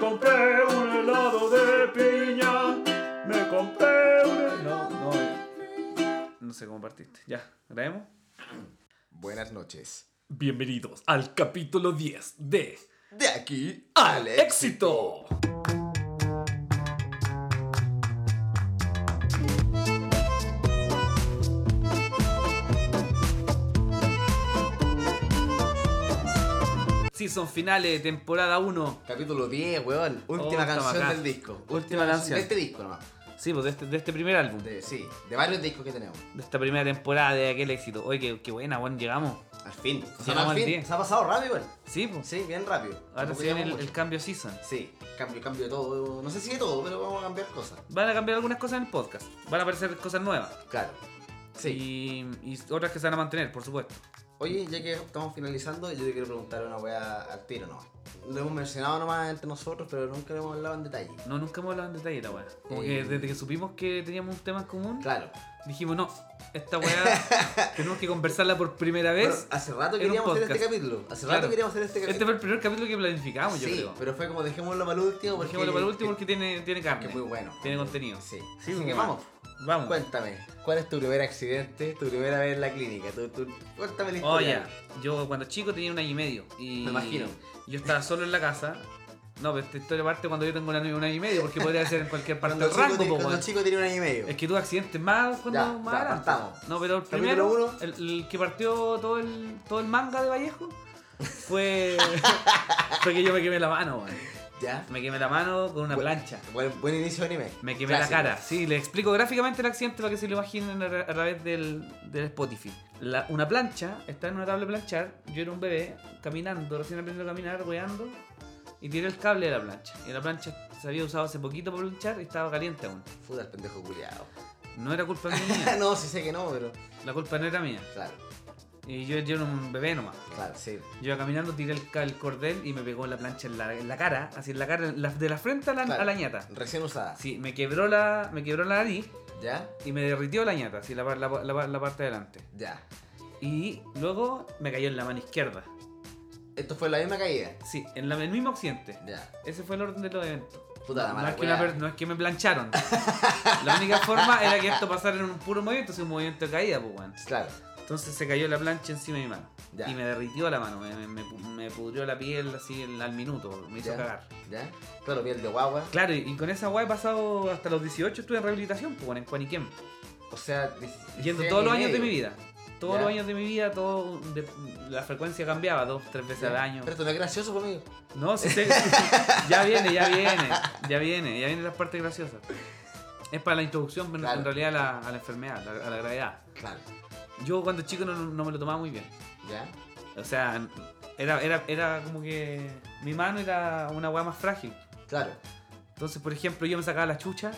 compré un helado de piña. Me compré un helado. No, no. No sé cómo partiste. Ya, grabemos. Buenas noches. Bienvenidos al capítulo 10 de De aquí Al Éxito. Season finales, temporada 1. Capítulo 10, weón. Última Oh, está canción bacán. del disco. Última canción. De este disco nomás. Sí, pues de este, de este primer álbum, de, De- sí, de varios discos que tenemos. esta primera temporada de aquel éxito. Oye, qué, qué buena, weón, llegamos. Al fin. O sea, Llegamos no al al fin. 10. Se ha pasado rápido, weón. Sí, pues. Sí, bien rápido. Ahora Tampoco se viene el, llevamos el mucho. cambio season. Sí, cambio, cambio de todo. No sé si de todo, pero vamos a cambiar cosas. Van a cambiar algunas cosas en el podcast. Van a aparecer cosas nuevas. Claro. Sí. Y, y otras que se van a mantener, por supuesto. Oye, ya que estamos finalizando, yo te quiero preguntar una weá al tiro nomás. Lo hemos mencionado nomás entre nosotros, pero nunca lo hemos hablado en detalle. No, nunca hemos hablado en detalle la weá. Como Eh. que desde que supimos que teníamos un tema en común, Claro. dijimos, no, esta weá tenemos que conversarla por primera Pero vez. hace rato Era un queríamos hacer este podcast. capítulo. Hace Claro. rato queríamos hacer este capítulo. Este fue el primer capítulo que planificamos, yo sí, creo. pero fue como dejémoslo para el último. porque- Dejémoslo para el último porque tiene, tiene Que carne. es muy bueno. Tiene contenido. Sí. Sí, Así muy que bueno. vamos. Vamos. Cuéntame, ¿cuál es tu primer accidente? ¿Tu primera vez en la clínica? tú- tú- cuéntame la Oye, historia. Oh, yo cuando chico tenía un año y medio. Y Me imagino. Yo estaba solo en la casa. No, pero esta historia parte cuando yo tengo un año, un año y medio, porque podría ser en cualquier parte del Cuando chico, rango, te- po, cuando weón. chico tenía un año y medio. Es que tuve accidentes más cuando Ya, más ya, adelante. partamos. No, pero el Capítulo primero, uno. el, el que partió todo el, todo el manga de Vallejo, fue, fue que yo me quemé la mano, weón. Ya. Me quemé la mano con una Buen- plancha. Buen, buen inicio de anime. Me quemé Clásico. la cara. Sí, les explico gráficamente el accidente para que se lo imaginen a ra- a través del, del Spotify. La- una plancha, estaba en una tabla de planchar. Yo era un bebé, caminando, recién aprendiendo a caminar, weando. Y tiré el cable de la plancha. Y la plancha se había usado hace poquito para planchar y estaba caliente aún. Puta el pendejo culiado. No era culpa mía. no, sí sé que no, pero. La culpa no era mía. Claro, Y yo, yo era un bebé nomás. claro, sí. Yo iba caminando, tiré el, ca- el cordel y me pegó la plancha en la, en la cara, así en la cara, en la- de la frente a la, Claro. a la ñata. Recién usada. Sí, me quebró la, me quebró la nariz ¿Ya? y me derritió la ñata, así la, par- la, la- la parte de adelante. Ya. Y luego me cayó en la mano izquierda. Esto fue la misma caída. Sí, en la- el mismo accidente. Ya. Ese fue el orden de los eventos. Puta la No mala es, que la weá. per- no es que me plancharon. La única forma era que esto pasara en un puro movimiento, así un movimiento de caída, pues, weón. Claro. Entonces se cayó la plancha encima de mi mano. Ya. Y me derritió la mano, me, me- me pu- me pudrió la piel así el- al minuto, me hizo Ya. cagar. ¿Ya? Claro, piel de guagua. Claro, y y con esa weá he pasado hasta los 18, estuve en rehabilitación, pues, en Juaniquem. O sea, Yendo todos los años de mi vida. Todos Ya. los años de mi vida, todo de- la frecuencia cambiaba dos, tres veces al año. Pero esto no es gracioso pues, conmigo. No, sí, sé- ya viene, ya viene, ya viene, ya vienen las partes graciosas. Es para la introducción, pero Claro. en realidad a la, a la enfermedad, a la, a la gravedad. Claro. Yo cuando chico no, no me lo tomaba muy bien. ¿Ya? O sea, era, era, era como que mi mano era una weá más frágil. Claro. Entonces, por ejemplo, yo me sacaba la chucha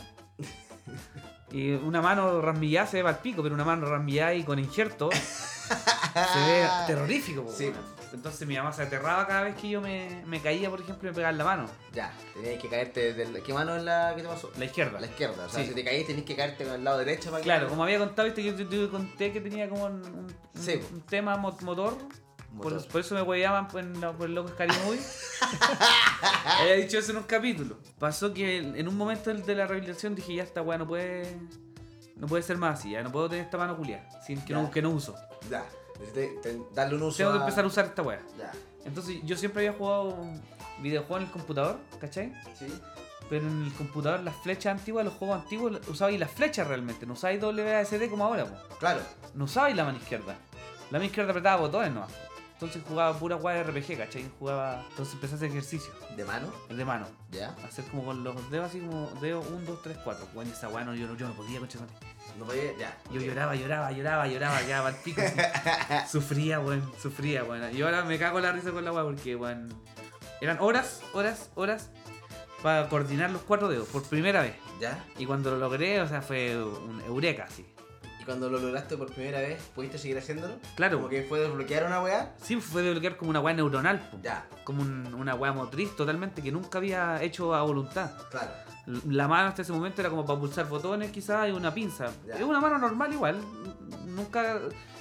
y una mano rasmillada se ve al pico, pero una mano rasmillada y con injerto se ve terrorífico. po, Ah. Sí. weón. Entonces mi mamá se aterraba cada vez que yo me, me caía, por ejemplo, y me pegaba en la mano, Ya, tenías que caerte del... ¿Qué mano es la que te pasó? la izquierda. La izquierda. O sea, Sí. si te caíste tenías que caerte con el lado derecho para que- Claro, como había contado, viste que yo te conté que tenía como un, un- Sí. un tema mo- motor. Motor. Por, por eso me huellaban por, la- por el loco Scary Movie. Había dicho eso en un capítulo. Pasó que en en un momento de la rehabilitación dije, ya esta weá no puede. No puede ser más así, ya no puedo tener esta mano culiada, sin que no, Ya. que no uso. Ya. Necesitas ten- darle un uso Tengo que a- empezar a usar esta weá. Ya. Entonces yo siempre había jugado videojuegos en el computador, ¿cachai? Sí. Pero en el computador las flechas antiguas, los juegos antiguos, usabais las flechas realmente, no usabais WASD como ahora, po. Claro. no usabais la mano izquierda. La mano izquierda apretaba botones nomás. Entonces jugaba pura guay de RPG, ¿cachai? Jugaba. Entonces empecé a hacer ejercicio, De mano. el de mano. Ya. Hacer como con los dedos así como dedos 1, 2, 3, 4. Bueno, esa guay no, yo, no- yo no podía, concha. de madre. No podía... Ya. eh, Yo lloraba, lloraba, lloraba, lloraba, quedaba al pico. así. sufría, weón, sufría, weón. Y ahora me cago en la risa con la guay porque, weón. Eran horas, horas, horas para coordinar los cuatro dedos por primera vez. Ya. Y cuando lo logré, o sea, fue un eureka, así. Y cuando lo lograste por primera vez, ¿pudiste seguir haciéndolo? Claro. Como que fue desbloquear una weá. Sí, fue desbloquear como una weá neuronal, po. Ya. como un- una weá motriz totalmente que nunca había hecho a voluntad. Claro. L- La mano hasta ese momento era como para pulsar botones quizás y una pinza. Ya. Es una mano normal igual. n- Nunca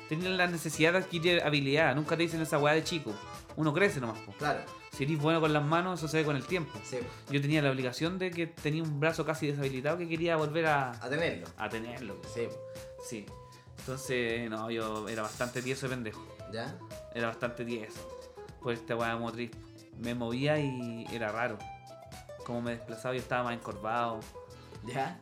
tenía la necesidad de adquirir habilidad, nunca te dicen esa weá de chico. Uno crece nomás. po. Claro. si eres bueno con las manos, eso se ve con el tiempo. Sí, Yo tenía la obligación de que tenía un brazo casi deshabilitado que quería volver a, a tenerlo. a tenerlo. po. Sí, Sí. Entonces, no, yo era bastante tieso de pendejo. ¿ya? Era bastante tieso. Por esta weá motriz. Me movía y era raro. Como me desplazaba, yo estaba más encorvado. ¿Ya?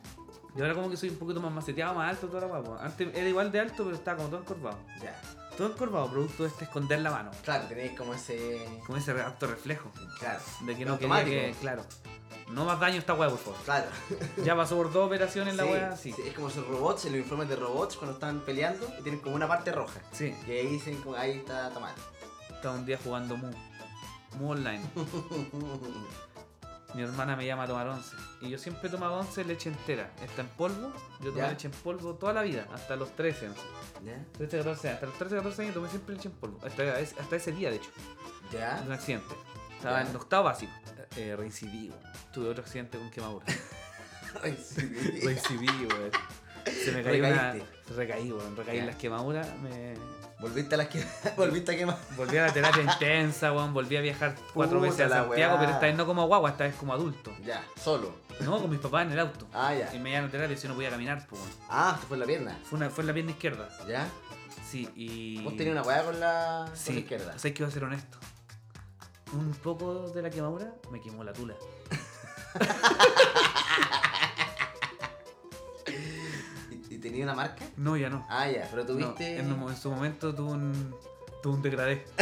Y ahora como que soy un poquito más maceteado, más alto, toda la weá. po. Antes era igual de alto, pero estaba como todo encorvado. Ya. Todo encorvado, producto de este esconder la mano. Claro, tenéis como ese. Como ese acto reflejo. Claro. De que no quería Automático. que. Claro. No más daño esta weá, por favor. Claro. Ya pasó por dos operaciones la Sí, weá, sí. sí, Es como esos robots, en los informes de robots cuando están peleando, que tienen como una parte roja. Sí. Que ahí dicen, como, ahí está Tamal. Estaba un día jugando Mu. Mu online. Mi hermana me llama a tomar once. Y yo siempre he tomado once leche entera. Está en polvo. Yo tomo Ya. leche en polvo toda la vida, hasta los 13, once. ¿Ya? 13, 14 años. Hasta los 13, 14 años tomé siempre leche en polvo. Hasta, es- hasta ese día, de hecho. ¿Ya? Tuve un accidente. Estaba Ah. Ya. en octavo básico. Eh, reincidí, weón. Tuve otro accidente con quemadura. Ay, sí. reincidí, weón. Se me cayó una... Recaíste. Recaí, weón. Recaí en Ya. las quemaduras. Me... Volviste a la que... Volviste a quemar. Volví a la terapia intensa, weón. Volví a viajar cuatro Puta veces a la Santiago, weá. pero esta vez no como guagua, esta vez como adulto. Ya, solo. No, con mis papás en el auto. Ah, ya. Y me llevaron a terapia, si no podía caminar, pues, weón. Ah, esto fue en la pierna. Fue, una, fue en la pierna izquierda. ¿Ya? Sí, y. Vos tenías una weá con la, con Sí, la izquierda. Sé que iba a ser honesto. Un poco de la quemadura me quemó la tula. ¿Y, y tenía una marca? No, ya no. Ah, ya, pero tuviste. No, en, un- en su momento tuvo un. Tuvo un degradé.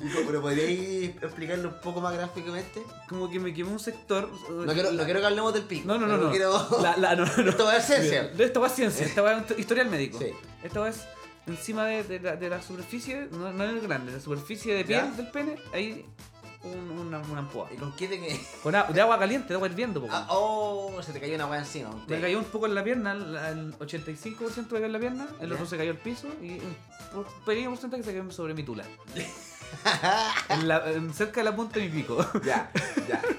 Hijo, ¿Pero podríais explicarlo un poco más gráficamente? Como que me quemó un sector. No quiero, no quiero que hablemos del pico. No, no, no. pero no. quiero- La- la- no, no. Esto va a ser ciencia. Mira, Esto va a ciencia, esta va a un historial médico. Sí. Esta va es encima de, de la, de la superficie, no, no en el grande, la superficie de piel Ya. del pene, ahí un, una, una ampoa. ¿Y con qué te que.? Con agua, de agua caliente, de agua hirviendo. po, Ah, oh, se te cayó una weá encima. un té. Me cayó un poco en la pierna, la- el 85% cayó en la pierna, el Ya. otro se cayó al piso y un por- pequeño porcentaje se cayó sobre mi tula. En la- en- cerca de la punta de mi pico. Ya, ya.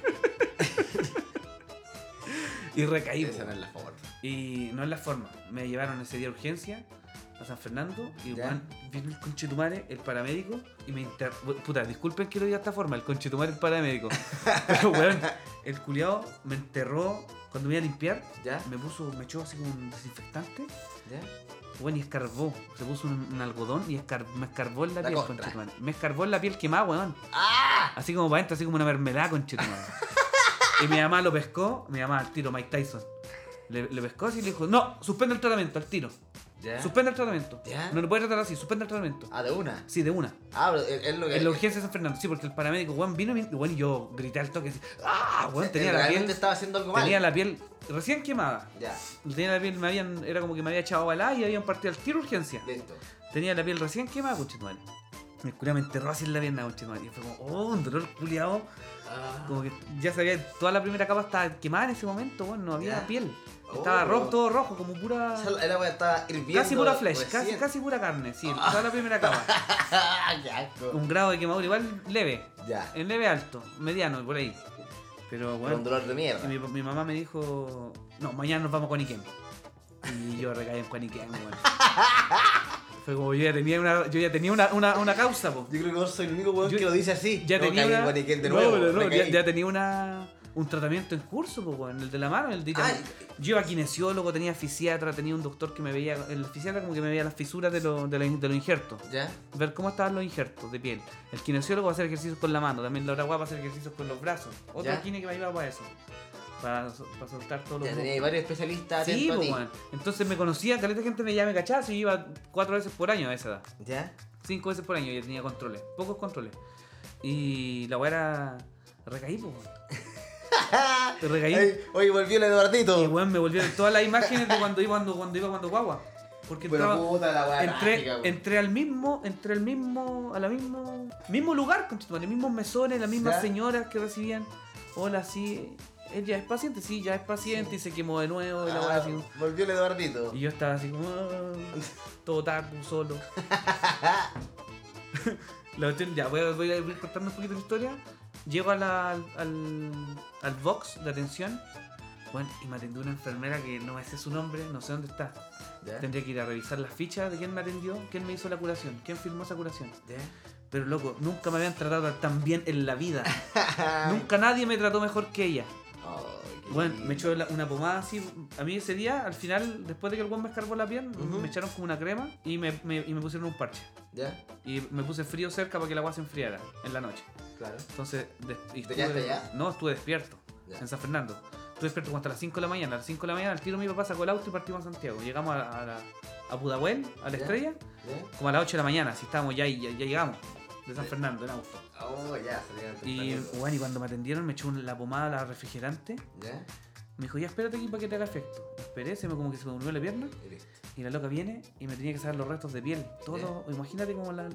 Y recaí. po. Esa no es la favor. Y no es la forma. Me llevaron ese día a urgencia a San Fernando y Ya. weón, vino el conchetumare, el paramédico, y me inter... we- Puta, disculpen que lo diga de esta forma, el conchetumare, el paramédico. Pero weón, el culiao me enterró cuando me iba a limpiar, ¿Ya? me puso, me echó así como un desinfectante, ¿Ya? weón, y escarbó. Se puso un, un algodón y escar- me escarbó en la, La piel, costra. conchetumare. Me escarbó en la piel quemada, weón. ¡Ah! Así como para adentro, así como una mermelada con chetumare. y mi mamá lo pescó, mi mamá al tiro, Mike Tyson. Le, le pescó así y le dijo, no, suspende el tratamiento, al tiro. ¿Ya? Suspende el tratamiento. ¿Ya? No lo puedes tratar así, suspende el tratamiento. Ah, de una. Sí, de una. Ah, pero es es lo que. En la urgencia de San Fernando, sí, porque el paramédico Juan vino y me- bueno, yo grité al toque así, ¡ah! Juan tenía la realmente piel. estaba haciendo algo mal. Tenía la piel recién quemada. Ya, Tenía la piel, me habían, era como que me había echado balá y habían partido al tiro urgencia. listo. Tenía la piel recién quemada, conchetumare. El culiao me enterró así en la pierna, conchetumare. Y fue como, oh, un dolor culiao. Ah. Como que ya sabía, toda la primera capa estaba quemada en ese momento, weón, no había Ya. piel. Oh. Estaba rojo, todo rojo, como pura. O sea, la weá estaba hirviendo. Casi pura flesh, casi, recién. Ah. casi pura carne, sí, toda la primera capa. ¡Qué asco! Un grado de quemadura igual leve, Ya, en leve alto, mediano, por ahí. Pero con bueno, dolor de mierda. y mi, mi mamá me dijo, no, mañana nos vamos con Iquén. Y yo recaí en Juaniquén, weón. Fue como yo ya tenía una, yo ya tenía una, una, una causa, po. Yo creo que vos soy el único weón Yo- que lo dice así. ya No, tenía caí en una- Guaniquén de No, nuevo. no, no, me ya, caí. ya tenía una un tratamiento en curso pues, weón, el de la mano el de Ah, yo iba a kinesiólogo tenía fisiatra tenía un doctor que me veía el fisiatra como que me veía las fisuras de los de los- de los injertos ¿Ya? ver cómo estaban los injertos de piel el kinesiólogo va a hacer ejercicios con la mano también la otra guapa va a hacer ejercicios con los brazos otro Ya. kine que me ayudaba para eso para, so- para soltar todos los Ya tenía varios especialistas Sí, atentos a pues, ti. weón. entonces me conocía, caleta gente me ya me cachaba, si yo iba cuatro veces por año a esa edad ¿Ya? cinco veces por año ya tenía controles, pocos controles. Y la weá era. Recaí, po, weón. Te recaí. Ay, Hoy volvió el Eduardito. Y weón, me volvieron todas las imágenes de cuando iba cuando, cuando iba cuando guagua. Porque Pero entraba. puta la weá Entré, trágica, weón. entré al mismo, entré al mismo, a la mismo, mismo lugar, con los mismos mesones, las mismas ¿Ya? señoras que recibían. Hola, sí, él ya es paciente, sí, ya es paciente y se quemó de nuevo y la weá Ah, así. Volvió el Eduardito. Y yo estaba así como. "Ah", todo taco, solo. la cuestión, ya, voy a, voy a ir contando un poquito la historia. Llego a la- al, al, al box de atención. Bueno, y me atendió una enfermera que no me sé su nombre, no sé dónde está. ¿Ya? Tendría que ir a revisar las fichas de quién me atendió, quién me hizo la curación, quién firmó esa curación. Pero loco, nunca me habían tratado tan bien en la vida. ¿Ya? nunca nadie me trató mejor que ella. Ay, qué Bueno, lindo. me echó la- una pomada así. A mí ese día, al final, después de que el weón me escarbó la piel, Ujú. me echaron como una crema y me, me- y me pusieron un parche. ¿Ya? Y me puse frío cerca para que el agua se enfriara en la noche. Claro. Entonces, des- y ¿Te quedaste allá? No, estuve despierto Ya. en San Fernando. Estuve despierto como hasta las 5 de la mañana. A las 5 de la mañana, al tiro mi papá sacó el auto y partimos a Santiago. Llegamos a, a, la- a Pudahuel, a la Ya. estrella, ¿Ya? como a las 8 de la mañana. Así estábamos ya y ya, ya llegamos de San Ya. Fernando en auto. Oh, ya, salieron Y temprano. bueno, y cuando me atendieron, me echó un- la pomada a la refrigerante. ¿Ya? Me dijo, ya espérate aquí para que te haga efecto. Esperé, se me como que se me durmió la pierna. Y listo. Y la loca viene y me tenía que sacar los restos de piel. Todo, ¿Eh? imagínate como la,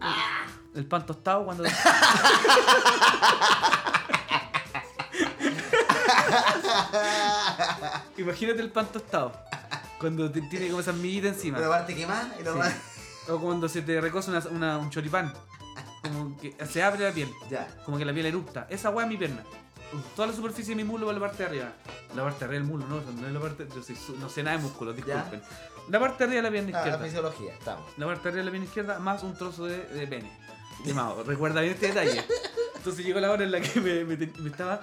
el pan tostado cuando. imagínate el pan tostado. Cuando te- tiene como esas miguitas encima. Pero aparte quemás y lo Sí. más. O cuando se te recosa una- una- un choripán. Como que se abre la piel. Ya. Ah, Como que la piel erupta. Esa weá es mi pierna. Toda la superficie de mi muslo va a la parte de arriba. La parte de arriba del muslo, no, no es la parte. Yo soy su- no sé nada de músculo, disculpen. La parte de arriba de la pierna Ah, la izquierda. fisiología, estamos. La parte de arriba de la pierna izquierda más un trozo de, de pene. Quemado. Recuerda bien este detalle. Entonces llegó la hora en la que me, me ten- me estaba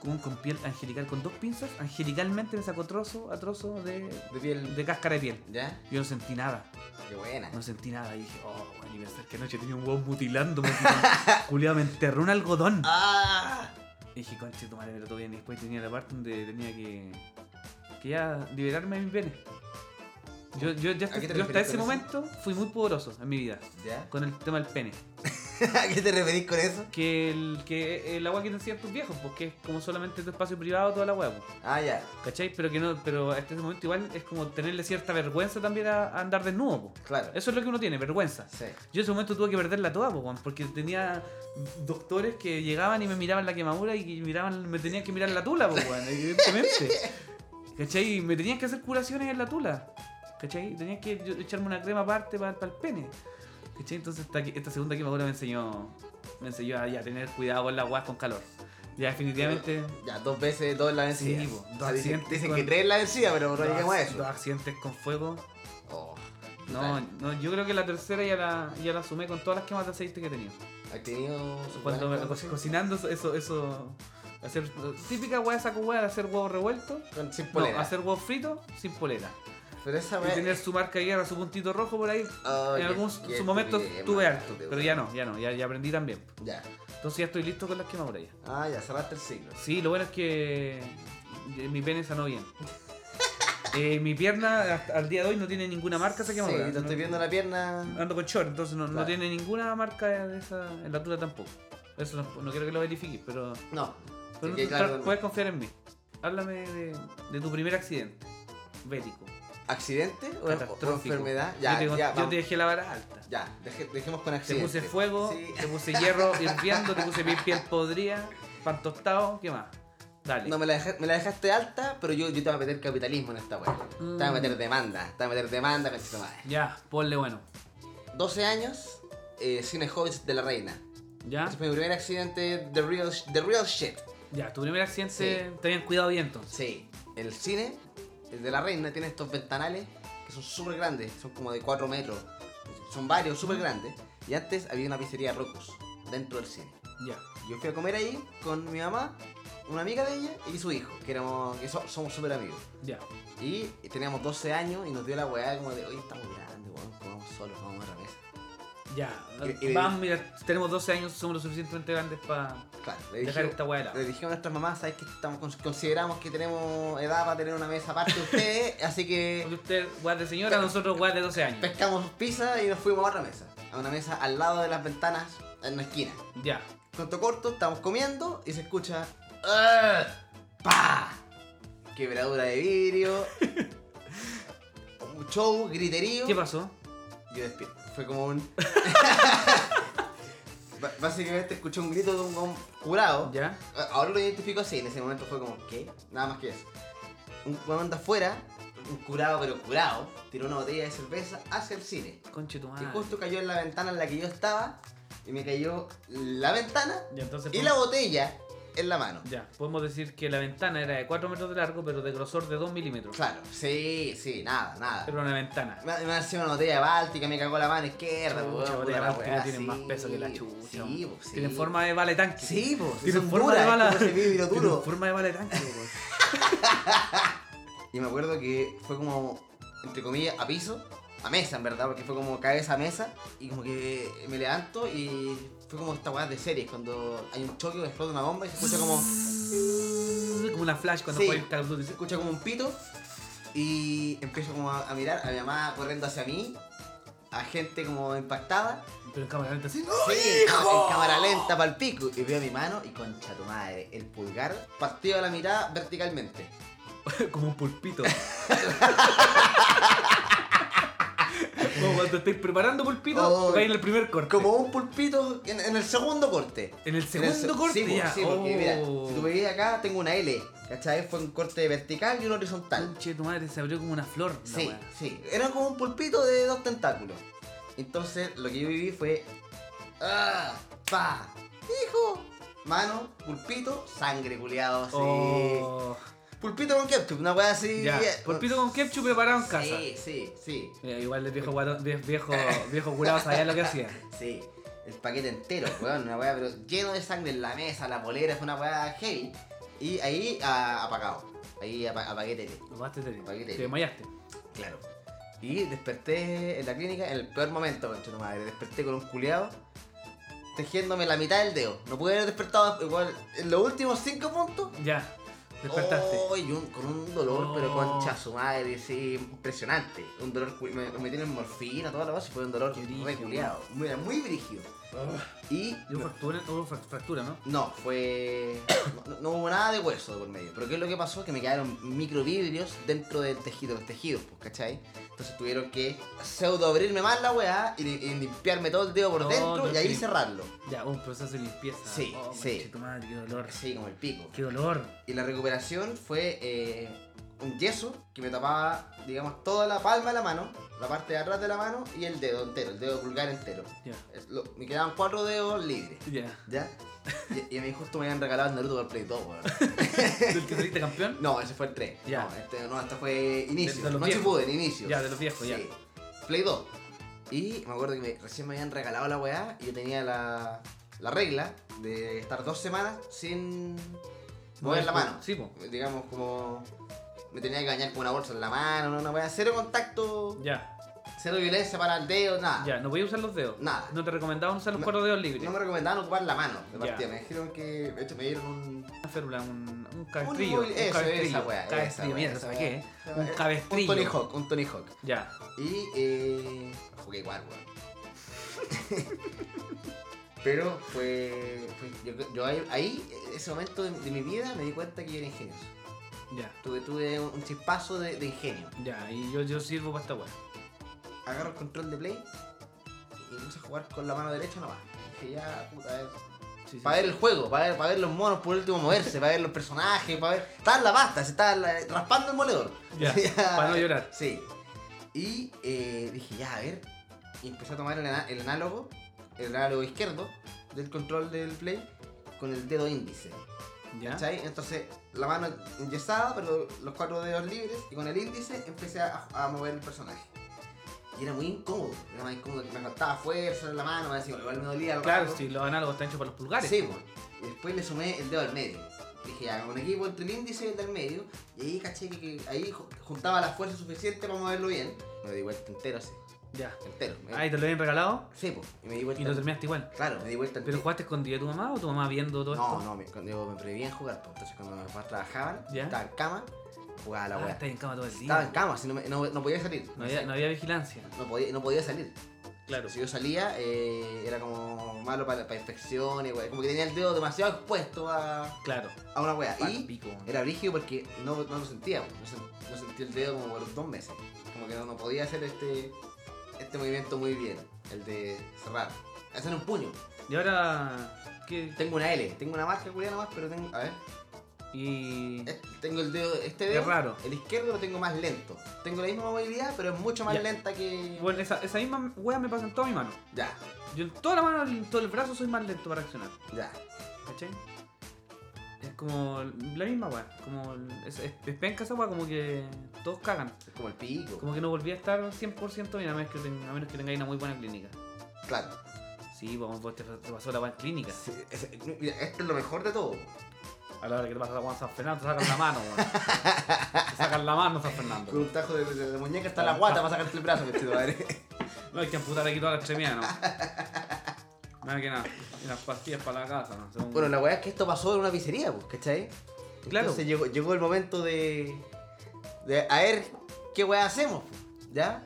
con, con piel angelical, con dos pinzas. Angelicalmente me sacó trozo a trozo de, De piel. de cáscara de piel. ¿Ya? Yo no sentí nada. Qué buena. No sentí nada y dije, oh, bueno, y pensar que anoche tenía un huevo mutilándome. Julián me enterró un algodón. ¡Ah! Y dije, conche, tu madre, pero todo bien. Y después tenía la parte donde tenía que. que ya liberarme de mis venes. Yo, yo, ya ¿A qué te yo hasta referís ese con eso? momento fui muy poderoso en mi vida ¿Ya? con el tema del pene. ¿A qué te referís con eso? Que el, que el agua que te hacían tus viejos, porque es como solamente tu espacio privado, toda la hueá, pues, Ah, ya. ¿cachai? Pero que no, pero hasta ese momento igual es como tenerle cierta vergüenza también a, a andar desnudo, pues. Claro. Eso es lo que uno tiene, vergüenza. Sí. Yo en ese momento tuve que perderla toda, po, weón, porque tenía doctores que llegaban y me miraban la quemadura y que miraban, me tenían que mirar la tula, po, weón, evidentemente. ¿Cachai? Me tenían que hacer curaciones en la tula. ¿Cachai? Tenían que yo- echarme una crema aparte para el pene. ¿Cachai? Entonces esta, que- esta segunda quemadura me enseñó, me enseñó a ya tener cuidado con las guas con calor. Ya definitivamente... Ya, dos veces, dos en la vencida. Sí, po. Dos O sea, dicen, accidentes dicen con- que tres en la vencida, pero no dos- llegamos a eso. Dos accidentes con fuego. Oh, No, brutal. no, yo creo que la tercera ya la, ya la sumé con todas las quemas de aceite que he tenido. ¿Has tenido sus Cuando buenas co- cosas? cocinando eso, eso, eso- hacer típica hueá saco hueá de hacer huevos revueltos, Con sin no, polera. eh, hacer huevos fritos sin polera. Pero esa Y weá- tener su marca guerra, su puntito rojo por ahí. Oh, en qué- algún qué su momento estupidez, tuve man, harto, de pero weá. ya no, ya no, ya, ya aprendí también. Ya. Entonces ya estoy listo con las quemaduras ya. Ah, ya, cerraste el ciclo. Sí, lo bueno es que mi pene sanó bien. Eh, mi pierna hasta- al día de hoy no tiene ninguna marca esa Sí, quemadura. te estoy No- Ah. viendo la pierna. Ando con short, entonces no, no Claro. tiene ninguna marca de esa en la altura tampoco. Eso no, no quiero que lo verifiques, pero No. Pero Sí, que tú claro, tra- puedes confiar en mí. Háblame de, de tu primer accidente bélico. ¿Accidente o, o catastrófico. enfermedad? yo Ya, te, con- ya, yo vamos. te dejé la vara alta. Ya, deje- dejemos con Te accidente. puse fuego, Sí. te puse hierro hirviendo, te puse piel, piel podrida, pan tostado, ¿qué más? Dale. No, me la, deja- me la dejaste alta, pero yo, yo te voy a meter capitalismo en esta weá. Te voy a Mm. meter demanda, te voy a meter demanda, cachito madre. Ya, ponle bueno. 12 12 años, eh, Cine Hobbits de la Reina. ¿Ya? Ese fue mi primer accidente, The Real, the real Shit. Ya, tu primer accidente Sí. te habían cuidado bien entonces. Sí, el cine, el de la Reina, tiene estos ventanales que son súper grandes, son como de 4 metros. Son varios, súper grandes. Y antes había una pizzería Rocus dentro del cine. Ya. Yo fui a comer ahí con mi mamá, una amiga de ella y su hijo, que, éramos, que so- somos súper amigos. Ya. Y teníamos 12 años y nos dio la weá como de, hoy estamos grandes, weón, comamos solos, vamos a la mesa. Ya. Y- y- Vamos, mira, tenemos 12 años, somos lo suficientemente grandes para Claro, le dejar dije, esta hueá de lado. le dijimos a nuestras mamás, ¿sabes que estamos, cons- consideramos que tenemos edad para tener una mesa aparte de ustedes? así Porque que usted, guas de señora, nosotros guas de 12 años. pescamos pizza y nos fuimos a otra mesa. A una mesa al lado de las ventanas, en una esquina. Ya. Corto corto, estamos comiendo y se escucha... "Ah, ¡Pa! Quebradura de vidrio. un show, griterío. ¿Qué pasó? Yo despierto. Fue como un. Ba- Básicamente escuché un grito de un, un curado. Ya. Ahora lo identifico así, en ese momento fue como, ¿qué? Nada más que eso. Un weón de afuera, un curado pero curado, tiró una botella de cerveza hacia el cine. Conche tu Y madre. justo cayó en la ventana en la que yo estaba, y me cayó la ventana Y entonces. y la botella en la mano. Ya, podemos decir que la ventana era de 4 metros de largo, pero de grosor de 2 milímetros. Claro, sí, sí, nada, nada. Era una ventana. Me me hacía una botella de báltica, me cagó la mano izquierda, Chucha, weón, botella puta la báltica weá, tienen sí, más peso que la chucha. Sí, po, sí. Tienen forma de bala de tanque. Sí, pues. tienen forma de bala. Se vive y lo tienen duro. forma de bala de tanque, pues. weón. Y me acuerdo que fue como, entre comillas, a piso, a mesa en verdad, porque fue como cabeza a mesa y como que me levanto y fue como esta weá de series, cuando hay un choque, explota una bomba y se escucha como, se Como una flash cuando Sí. juega el Call of Duty. escucha como un pito y empiezo como a, a mirar a mi mamá corriendo hacia mí, a gente como impactada. Pero en cámara lenta así. ¡No, Sí, ¡Oh, hijo! en cámara lenta para el pico y veo mi mano y concha tu madre, el pulgar partido a la mitad verticalmente. Como un pulpito. Como cuando estáis preparando pulpito, Oh. vais en el primer corte. Como un pulpito en, en el segundo corte. En el En segundo el se- corte sí, po, ya. sí, porque Oh. mira, si tú veis acá tengo una L, ¿cachai? Fue un corte vertical y un horizontal. Conche, tu madre se abrió como una flor. la Sí, weá. sí, era como un pulpito de dos tentáculos. Entonces lo que yo viví fue... ¡Ah! ¡Pa! ¡Hijo! Mano, pulpito, sangre, culiado, sí. Oh. Pulpito con ketchup, una weá así... Ya, pulpito con ketchup preparado en casa. eh, pues, Sí, sí, sí. Mira, igual el viejo guatón- vie- viejo, viejo curado sabía lo que hacía. Sí, el paquete entero, weón, una weá, pero lleno de sangre en la mesa, la polera, fue una weá heavy. Y ahí ah, apagado, ahí apa- apagué tele, Tomaste tele. Paquete. Te desmayaste. claro. Y desperté en la clínica en el peor momento, concha tu madre. Desperté con un culeado tejiéndome la mitad del dedo. No pude haber despertado igual en los últimos cinco puntos. Ya, despertaste. Oh, y un- con un dolor, pero Oh. concha su madre, sí, impresionante. Un dolor, cu- me, me tienen morfina, toda la cosa, y fue un dolor Qué brígido. re culiao. Era muy brígido. Oh. Y Y hubo fractura, hubo fra- fractura, ¿no? No, fue. No, no hubo nada de hueso de por medio. Pero ¿qué es lo que pasó? Que me quedaron microvidrios dentro del tejido, los tejidos, pues, ¿cachai? Entonces tuvieron que pseudo abrirme más la weá y, y limpiarme todo el dedo por No, dentro no, y ahí sí. cerrarlo. Ya, hubo un proceso de limpieza. Sí, oh, sí. conche tu madre, qué dolor. Sí, como el pico. Qué dolor. Y la recuperación fue eh, un yeso que me tapaba, digamos, toda la palma de la mano, la parte de atrás de la mano y el dedo entero, el dedo pulgar entero. Ya, Es lo- me quedaban cuatro dedos libres, ya. ¿ya? Y, y a mí justo me habían regalado el Naruto para el Play 2, weón. ¿Del que saliste campeón? No, ese fue el 3. Ya. No, este, no, este fue inicio. De- de los no viejos. Shippuden, inicio. Ya, de los viejos, ya. Sí. Play 2. Y me acuerdo que me- recién me habían regalado la weá y yo tenía la, la regla de estar dos semanas sin mover la mano. Sí, po. Digamos como... Me tenía que bañar con una bolsa en la mano, una weá. Cero contacto, Ya, cero violencia para el dedo, nada. ya. No voy a usar los dedos. Nada. No te recomendaban usar los No- cuatro dedos libres. No me recomendaban ocupar la mano de Ya. partida. Me dijeron que... De hecho, me dieron un... Una férula, un, un cabestrillo. inmóvil- eso, cabestrillo. esa weá, Cabestrillo, esa weá, mira, te esa saqué, weá. ¿eh? Un cabestrillo. Un Tony Hawk, un Tony Hawk. Ya. Y eh, jugué igual, weón. Pero fue. fue- yo yo ahí, ahí, ese momento de, de mi vida, me di cuenta que yo era ingenioso. Ya, Tuve, tuve un chispazo de, de ingenio. ya, y yo, yo sirvo para esta weá. Agarro el control de play y empiezo a jugar con la mano derecha nomás. Dije, ya, puta, es. Sí, sí. Para ver el juego, para ver, para ver los monos por último moverse, para ver los personajes, para ver. Estaba en la pasta, se estaba en la- raspando el moledor. Ya, para no llorar. Sí. Y eh, dije, ya, a ver. Y empecé a tomar el, ana- el análogo, el análogo izquierdo del control del play con el dedo índice. Ya. ¿Cachai? Entonces, la mano enyesada, pero los cuatro dedos libres, y con el índice empecé a, a mover el personaje. Y era muy incómodo, era más incómodo, me faltaba fuerza en la mano, me decía, igual me dolía el Claro, brazo. si los análogos están hechos para los pulgares. Sí, pues. Y después le sumé el dedo al medio. Dije, ya, un equipo entre el índice y el del medio. Y ahí caché que, que ahí ju- juntaba la fuerza suficiente para moverlo bien. Me di vuelta entero así, Ya. entero. Me- Ah, y te lo habían regalado Sí, pues. Y me di vuelta. y lo terminaste igual. Claro, me di vuelta ¿Pero entero. jugaste escondido de tu mamá o tu mamá viendo todo No, esto? no, me, cuando yo me prohibían jugar, pues. Entonces cuando mis papás trabajaban, ¿Ya? estaba en cama, jugaba a la Ah, weá. estás en cama todo el día. estaba en cama, así no, me- no- no podía salir. No había, no había vigilancia. No podía, no podía salir. Claro. Si yo salía, eh, era como malo para, para inspecciones, weá. Como que tenía el dedo demasiado expuesto a, Claro. a una weá. Pal Y pico, man. Era brígido porque no, no lo sentía, pues. no, sen- no sentía el dedo como por dos meses. Como que no, no podía hacer este, este movimiento muy bien, el de cerrar. Hacer un puño. Y ahora. ¿Qué? Tengo una L, tengo una marca culiada nomás, pero tengo. A ver. Y. es- tengo el dedo, este Qué dedo. raro. El izquierdo lo tengo más lento. Tengo la misma movilidad, pero es mucho más Ya. lenta que. Bueno, esa, esa misma wea me pasa en toda mi mano. Ya, Yo en toda la mano, en todo el brazo soy más lento para accionar. ya. ¿Cachai? Es como la misma weá. Como es, es, despenca esa weá, como que todos cagan. Es como el pico. Como que no volví a estar 100% bien, a menos que, ten- a menos que tengáis una muy buena clínica. Claro. Sí, vamos, vos te, te pasó la weá en clínica. Sí, es- mira, esto es lo mejor de todo. A la hora que te pasa la weá en San Fernando, te sacan la mano, weón. Te sacan la mano, San Fernando. Con un tajo de, de- de muñeca hasta la guata para sacarte el brazo, vestido madre. No hay que amputar aquí toda la extremidad, ¿no? Nada que nada. Y las pastillas para la casa, ¿no? Según- Bueno, la weá es que esto pasó en una pizzería, pues, ¿cachai? Claro. Entonces llegó, llegó el momento de. de a ver qué weá hacemos, pues, ¿ya?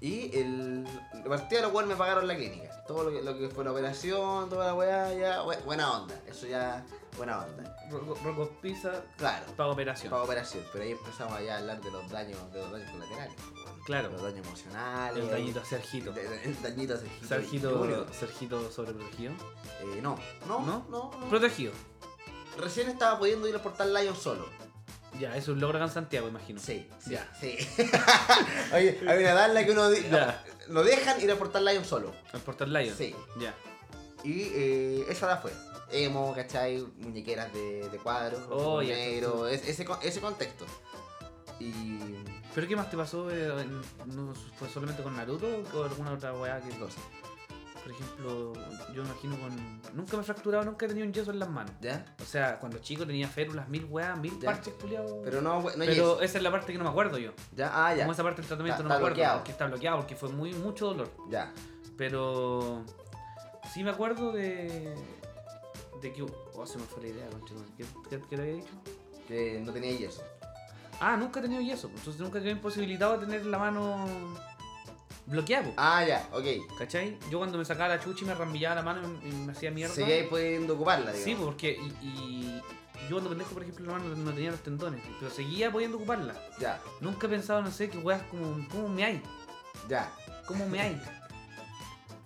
Y el. La partida de los weones me pagaron la clínica. Todo lo que, lo que fue la operación, toda la weá, ya. bue- Buena onda. Eso ya. Buena onda. Ro- ro- Rocco Pizza, Claro. pago operación. Para operación. Pero ahí empezamos ya a hablar de los daños, de los daños colaterales. pues, weón. Claro. Los daños emocionales. El dañito a Sergito. de- de- El dañito a Sergito. Junior. Sergito, Sergito sobreprotegido. Eh, no. No, ¿No? no, no. Protegido. Recién estaba pudiendo ir al portal Lion solo. Ya, es un logro acá en Santiago, imagino. Sí, sí, Ya. sí. Oye, hay una edad en la que uno di- Ya. lo dejan ir a portal Lion solo. Al Portal Lion. Sí. Ya. Y eh, esa edad fue. Emo, ¿cachai? Muñequeras de, de cuadros, Oh, ya, negro, es- ese, con- ese contexto. Y. ¿Pero qué más te pasó? eh, en- ¿No ¿Fue solamente con Naruto o alguna otra weá que ¿Qué cosa? Por ejemplo, yo imagino con. Nunca me he fracturado, nunca he tenido un yeso en las manos. ¿Ya? O sea, cuando chico tenía férulas, mil weá, mil Ya. parches culiados. Pero no, we- no Pero yes. esa es la parte que no me acuerdo yo. ¿Ya? Ah, ya. Como esa parte del tratamiento Está- no me está acuerdo. bloqueado. Porque está bloqueado, porque fue muy mucho dolor. Ya. Pero sí me acuerdo de. de que. Oh, se me fue la idea, concha. ¿Qué, qué, qué le había dicho? Que no tenía yeso. Ah, nunca he tenido yeso. Entonces nunca quedé imposibilitado de tener la mano bloqueada. po. Ah, ya, ok. ¿Cachai? Yo cuando me sacaba la chucha y me arrambillaba la mano y me, y me hacía mierda. Seguía pues, pudiendo ocuparla, digamos. Sí, porque. Y, y yo cuando pendejo, por ejemplo, la mano no tenía los tendones. Pero seguía pudiendo ocuparla. Ya, Nunca he pensado, no sé, que weas como. ¿Cómo me hay? ya. ¿Cómo me hay?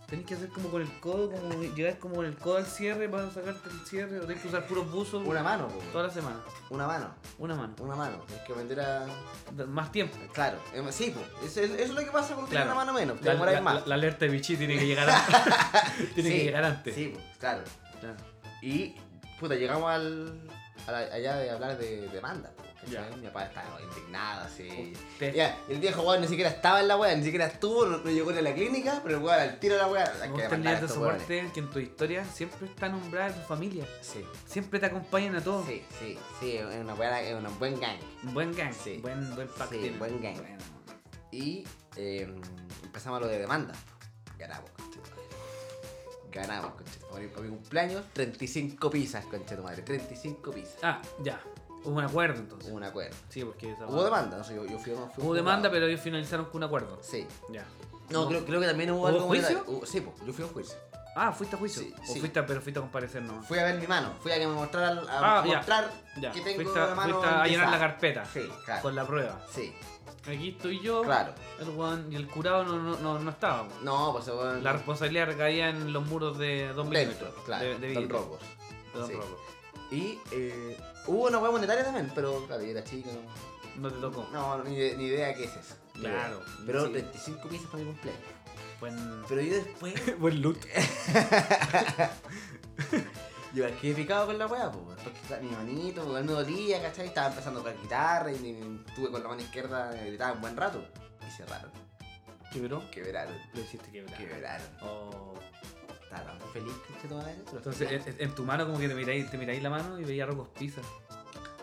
Tenés que hacer como con el codo, como llegar como con el codo al cierre para sacarte el cierre, o tenés que usar puros buzos Una mano, po. toda la semana. Una mano. Una mano. Una mano. Tienes que aprender a. D- Más tiempo. Claro, em- sí, pues. Eso, eso es lo que pasa con tener Claro. una mano menos. Te La, demoráis la- más. la- la alerta de bichi tiene que llegar antes. tiene que Sí, llegar antes. Sí, pues, claro. Claro. Y, puta, llegamos al, a la- allá de hablar de demanda. po, ¿cachai? Ya. Mi papá estaba indignado, así. Te- Ya, y el viejo weón ni siquiera estaba en la weá, ni siquiera estuvo, no, no llegó ni a la clínica, pero el weón al tiro a la weá. Hay Vos que demandar a tendrías de estos weones. soporte que en tu historia siempre está nombrada tu familia. Sí, Siempre te acompañan a todos. sí, sí, sí, es una buena, es un buen gang. Un Buen gang. Sí. Buen, buen pack Sí, tienen. buen gang. Bueno. Y eh, empezamos lo de demanda. Ganamos, conchetumadre. Ganamos, conchetumadre. Para mi cumpleaños, 35 pizzas, conchetumadre. 35 pizzas. Ah, ya. Hubo un acuerdo entonces. Hubo un acuerdo. Sí, porque esa- Hubo demanda, no sé, yo, yo fui, fui Hubo juzgado. demanda, pero ellos finalizaron con un acuerdo. Sí. Ya. No, No. Creo, creo que también hubo, ¿Hubo algo juicio? monetario. Hubo- sí, po, yo fui a un juicio. Ah, fuiste a juicio. Sí, o sí. fuiste a, pero fuiste a comparecer nomás. Fui a ver mi mano, fui a que me mostrara, a Ah, ya. mostrar Ya. que tengo fuiste, a- la mano fuiste a llenar la enyesada. carpeta Sí, claro. con la prueba. Sí, Aquí estoy yo, claro. el Juan y el curado no, no, no, no estaba. po. No, pues bueno, La responsabilidad recaía en los muros de Don dentro, Milímetro, claro, de, de Don vidrio, Rocos. de Don sí. Rocco. Y eh, hubo una hueá monetaria también, pero claro, yo era chico, no- No te tocó. no, ni, ni idea qué es eso. Ni Claro, idea. Pero sí. 35 piezas para mi cumpleaños. Buen, Pero yo después, buen loot. yo quedé picado con la hueá, po, porque claro, mi manito, po, me dolía, ¿cachai? Estaba empezando a tocar guitarra y me- estuve con la mano izquierda, eh, gritaba un buen rato. Y cerraron, ¿Quebró? quebraron, Lo hiciste quebrar. quebraron. Oh. Estaba tan feliz que tu madre. pero- Entonces, en- en, en tu mano como que te miráis, te miráis la mano y veía Rocos Pizza. eh,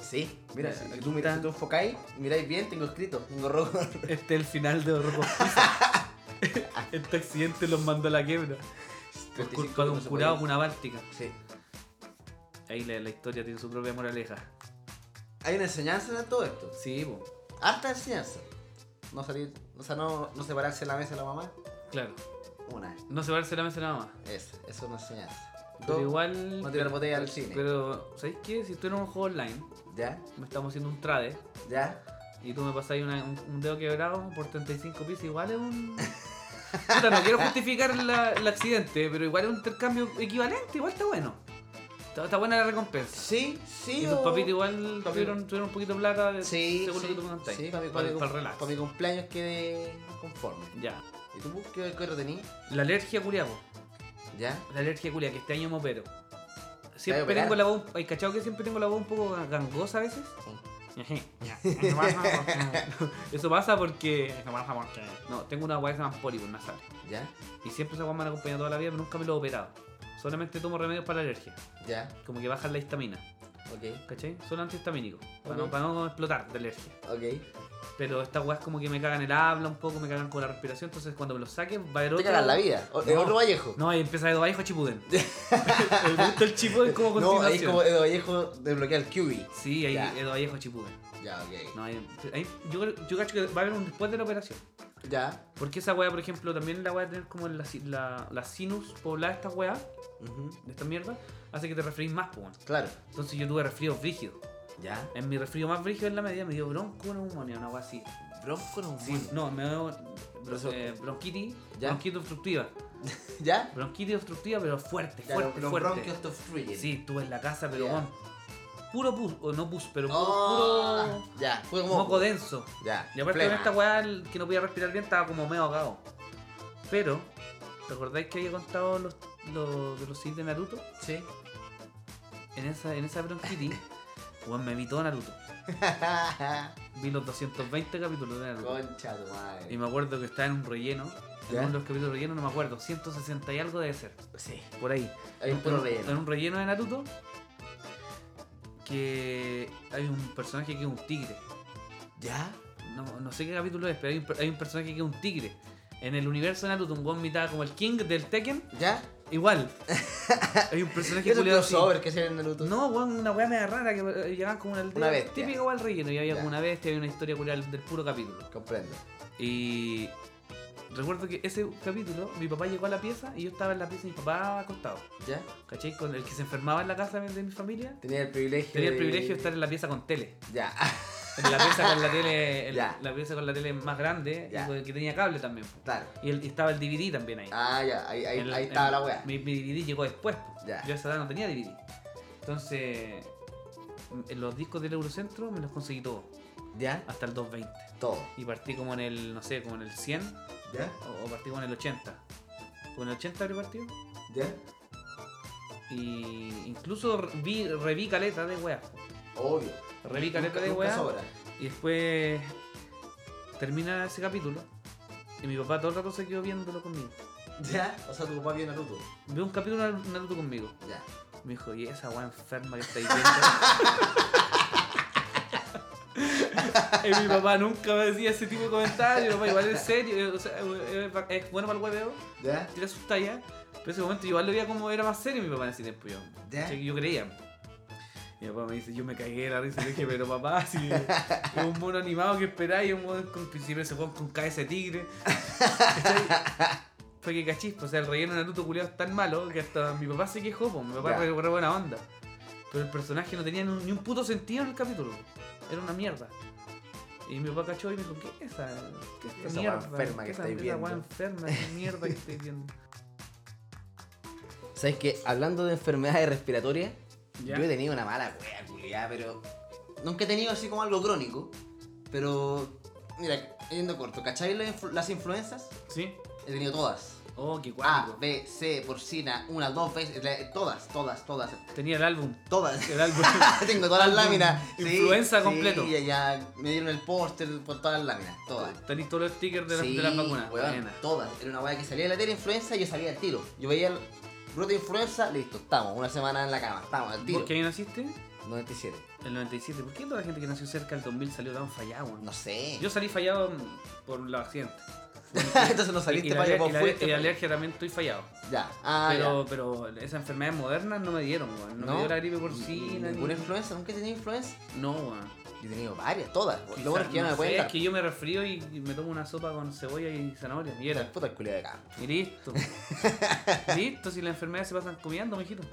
Sí, mira, Mira, si aquí tú, está. miras, si tú enfocáis, miráis bien, tengo escrito, tengo rojo. Este es el final de Rocos Pizza. este accidente los mandó a la quiebra. Por 35 culpa de no un se curado con podía. una báltica. Sí. Ahí la, la historia tiene su propia moraleja. Hay una enseñanza en todo esto. Sí, po. Harta enseñanza. No salir, o sea, no, no separarse de la mesa de la mamá. claro. Una, No separarse de la mesa nada más. esa, eso es una enseñanza. Pero Dos, igual. no tirar botella al cine. Pero, ¿sabéis qué? Si estoy en un juego online, Ya, me estamos haciendo un trade ya. y tú me pasáis una- un, un dedo quebrado por 35 pisos, igual es un. Puta, no quiero justificar la- el accidente, pero igual es un intercambio equivalente, igual está bueno. Está, está buena la recompensa. Sí, sí. y tus o- papitos igual papi- tuvieron, tuvieron un poquito de plata de, Sí, según sí, lo que tú contaste. sí, para mi, para, para mi- el relax. para mi cumpleaños quedé conforme. Ya. ¿Y tú qué, qué hora tenías? La alergia culiago. ¿Ya? La alergia culia, que este año me opero. ¿Te Siempre voy a tengo operar? la voz. ¿Hay cachado que siempre tengo la voz un poco gangosa a veces? Sí. Ya, Eso pasa porque- eso pasa porque. Eso pasa porque. No, tengo una weá que se llama pólipos nasales. ¿Ya? Y siempre esa weá me han acompañado toda la vida, pero nunca me lo he operado. Solamente tomo remedios para la alergia. ¿Ya? Como que bajan la histamina. Ok. ¿Cachai? Son antihistamínicos. Para, Ok. no, para no explotar de alergia. Ok. Pero estas weas como que me cagan el habla un poco, me cagan con la respiración. Entonces cuando me los saquen va a haber Te otro. cagas la vida. O- No. Otro Vallejo. No, y empieza Edo Vallejo a Chipuden. el gusto del Chipuden como No, ahí es continuación. como Edo Vallejo desbloquea el QB. Sí, hay Ya. Edo Vallejo a Chipuden. Ya, ok. No, hay- hay- yo, yo cacho que va a haber un después de la operación. Ya. Porque esa wea, por ejemplo, también la wea de tener como la, si- la, la sinus poblada de esta wea, Ujú. de esta mierda, hace que te resfríes más, pues. bueno. Claro. Entonces yo tuve resfrío brígido. Ya. En mi resfrío más brígido en la medida me dio bronconeumonía, una wea así. Bronco no Sí, no, me dio eh, bronquitis, ¿Ya? bronquitis obstructiva. ¿Ya? Bronquitis obstructiva, pero fuerte, Ya, fuerte, los fuerte. bronquios te obstruyen. Sí, estuve en la casa, pero Ya. bueno, puro pus, o no pus, pero puro, Oh, ya, fue puro como. moco denso. Ya. Y aparte plena. con esta weá el que no podía respirar bien estaba como medio ahogado. Pero, ¿recordáis que había contado los, los- de los seis de Naruto? Sí. En esa, en esa bronquitis, weón, me vi todo Naruto. Vi los 220 capítulos de Naruto. Concha tu Y madre. me acuerdo que estaba en un relleno. En ¿Ya? uno de los capítulos rellenos, no me acuerdo. 160 y algo debe ser. Sí. Por ahí. Hay En un puro En relleno. un relleno de Naruto. Que hay un personaje que es un tigre. ¿Ya? No, no sé qué capítulo es, pero hay un, per- hay un personaje que es un tigre. En el universo de Naruto, un weón mitad como el King del Tekken, ¿Ya? igual. hay un personaje Es un culiado así. crossover que se en Naruto. No, weón, una weá media rara que eh, llegaban como una aldea. Una bestia. Típica igual relleno. Y había Ya. como una bestia, había una historia culiada del puro capítulo. Comprendo. Y recuerdo que ese capítulo, mi papá llegó a la pieza y yo estaba en la pieza y mi papá acostado. ¿Ya? ¿Cachai? Con el que se enfermaba en la casa de, de mi familia. Tenía el privilegio. Tenía el privilegio de estar en la pieza con tele. Ya. En la pieza con la tele, en Ya. la pieza con la tele más grande Ya. y con- que tenía cable también. po. Claro. Y, el- y estaba el DVD también ahí. Ah, ya. Ahí, ahí, En la- ahí estaba en- la wea. Mi, mi DVD llegó después. po. Ya. Yo a esa edad no tenía DVD. Entonces, en los discos del Eurocentro me los conseguí todos, ¿Ya? hasta el 220. Todo. Y partí como en el, no sé, como en el 100. ¿Ya? O, o partí con el 80. Con el 80 abrió partido. ¿Ya? Y incluso re- vi, reví caleta de weas. po. Obvio. Reví caleta Nunca- de nunca weas. sobra. Y después termina ese capítulo. Y mi papá todo el rato se quedó viéndolo conmigo. ¿Ya? O sea, tu papá vio Naruto. Vio un capítulo de Naruto conmigo. Ya. Me dijo, ¿y esa wea enferma que estáis viendo? y mi papá nunca me decía ese tipo de comentarios. Mi papá igual en serio. O sea, es es bueno para el hueveo. ¿Ya? tira sus tallas. Pero en ese momento yo igual lo veía como era más serio mi papá en ese tiempo. Yo, ¿Ya? ¿Cachai? yo creía. Mi papá me dice, yo me cagué de la risa y le dije, pero papá, si es un mono animado que esperáis, un mono con siempre se juega con cabeza de tigre. ¿Cachai? Fue que cachispo, o sea, el relleno de Naruto culiado es tan malo que hasta mi papá se quejó, po, mi papá Ya. fue re buena onda. Pero el personaje no tenía ni un, ni un puto sentido en el capítulo. Era una mierda. Y mi papá cachó y me dijo, ¿qué es esa? ¿Qué es esta Esa mierda? weá enferma ¿Qué que esa- estáis esa weá viendo?" enferma, esa mierda que estoy viendo. ¿Sabes qué? Hablando de enfermedades respiratorias, Ya. yo he tenido una mala wea, culiá, pero. Nunca he tenido así como algo crónico. Pero. Mira, yendo corto, ¿cacháis las, influ- las influencias? ¿Sí? He tenido todas. Oh, qué A, guapo. B, C, porcina, una, dos veces. la- Todas, todas, todas. Tenía el álbum. Todas. El álbum. Tengo todas las láminas. Sí, Influenza sí, completo. ya, ya me dieron el póster por todas las láminas. Todas. Tenéis todos los stickers de, la- Sí, de las vacunas. weón, Buena. todas. Era una weá que salía de la tele influenza y yo salía al tiro. Yo veía el brote de influenza, listo, estamos, una semana en la cama, estamos al tiro. ¿Por qué año naciste? 97. El 97. ¿Por qué toda la gente que nació cerca del 2000 salió tan fallado? weón? No sé. Yo salí fallado mm, por los accidentes. Entonces no saliste y, la, para aler- allá, vos y la- fuiste y la para allá. alergia también estoy fallado. Ya, ah, pero, pero esas enfermedades modernas no me dieron, weón. ya. No, me dio la gripe porcina. ni- ¿Ninguna influenza? ¿Nunca he tenido influenza? No, weón. Yo he tenido varias, todas. Quizá- Lo bueno es que ya no me sé, pueden es dar. que yo me resfrío y me tomo una sopa con cebolla y zanahoria. Y era. La puta culia de acá. Y listo. listo, si las enfermedades se pasan comiendo, mijito.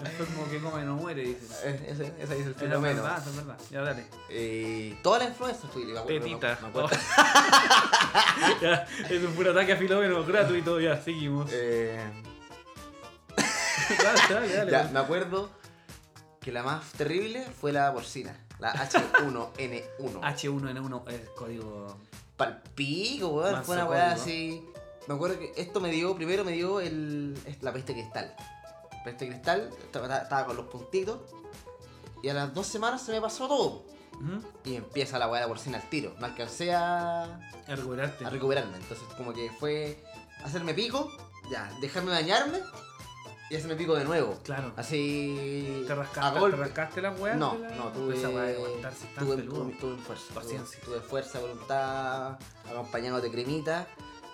El enfermo que come no muere, dice. Eh, Ese, ese es el Es fenómeno. verdad, es verdad. Ya dale. Eh, todas las influencias tú dirías, bueno, Tetita. no- no cuesta. Ya, es un puro ataque a filómeno gratuito, ya seguimos. Eh, Dale, dale, dale. Ya, me acuerdo que la más terrible fue la porcina, la Ah. H1N1. H1N1 es eh, código. Palpico, weón, Manso fue una weá código. así. Me acuerdo que esto me dio, primero me dio el, es la peste cristal. este cristal, estaba estaba con los puntitos. Y a las dos semanas se me pasó todo. Ujú. Y empieza la weá de porcina al tiro. No alcancé a, A recuperarte. a recuperarme. Entonces como que fue hacerme pico, ya, dejarme bañarme y hacerme pico de nuevo. Claro. Así... ¿Te a rascaste, golpe. te rascaste las weas? No, de la- no, tuve, Pues Esa wea de aguantarse tan tuve, peludo. tuve, tuve fuerza. tuve- Paciencia. Tuve, fuerza, voluntad, acompañado de cremita,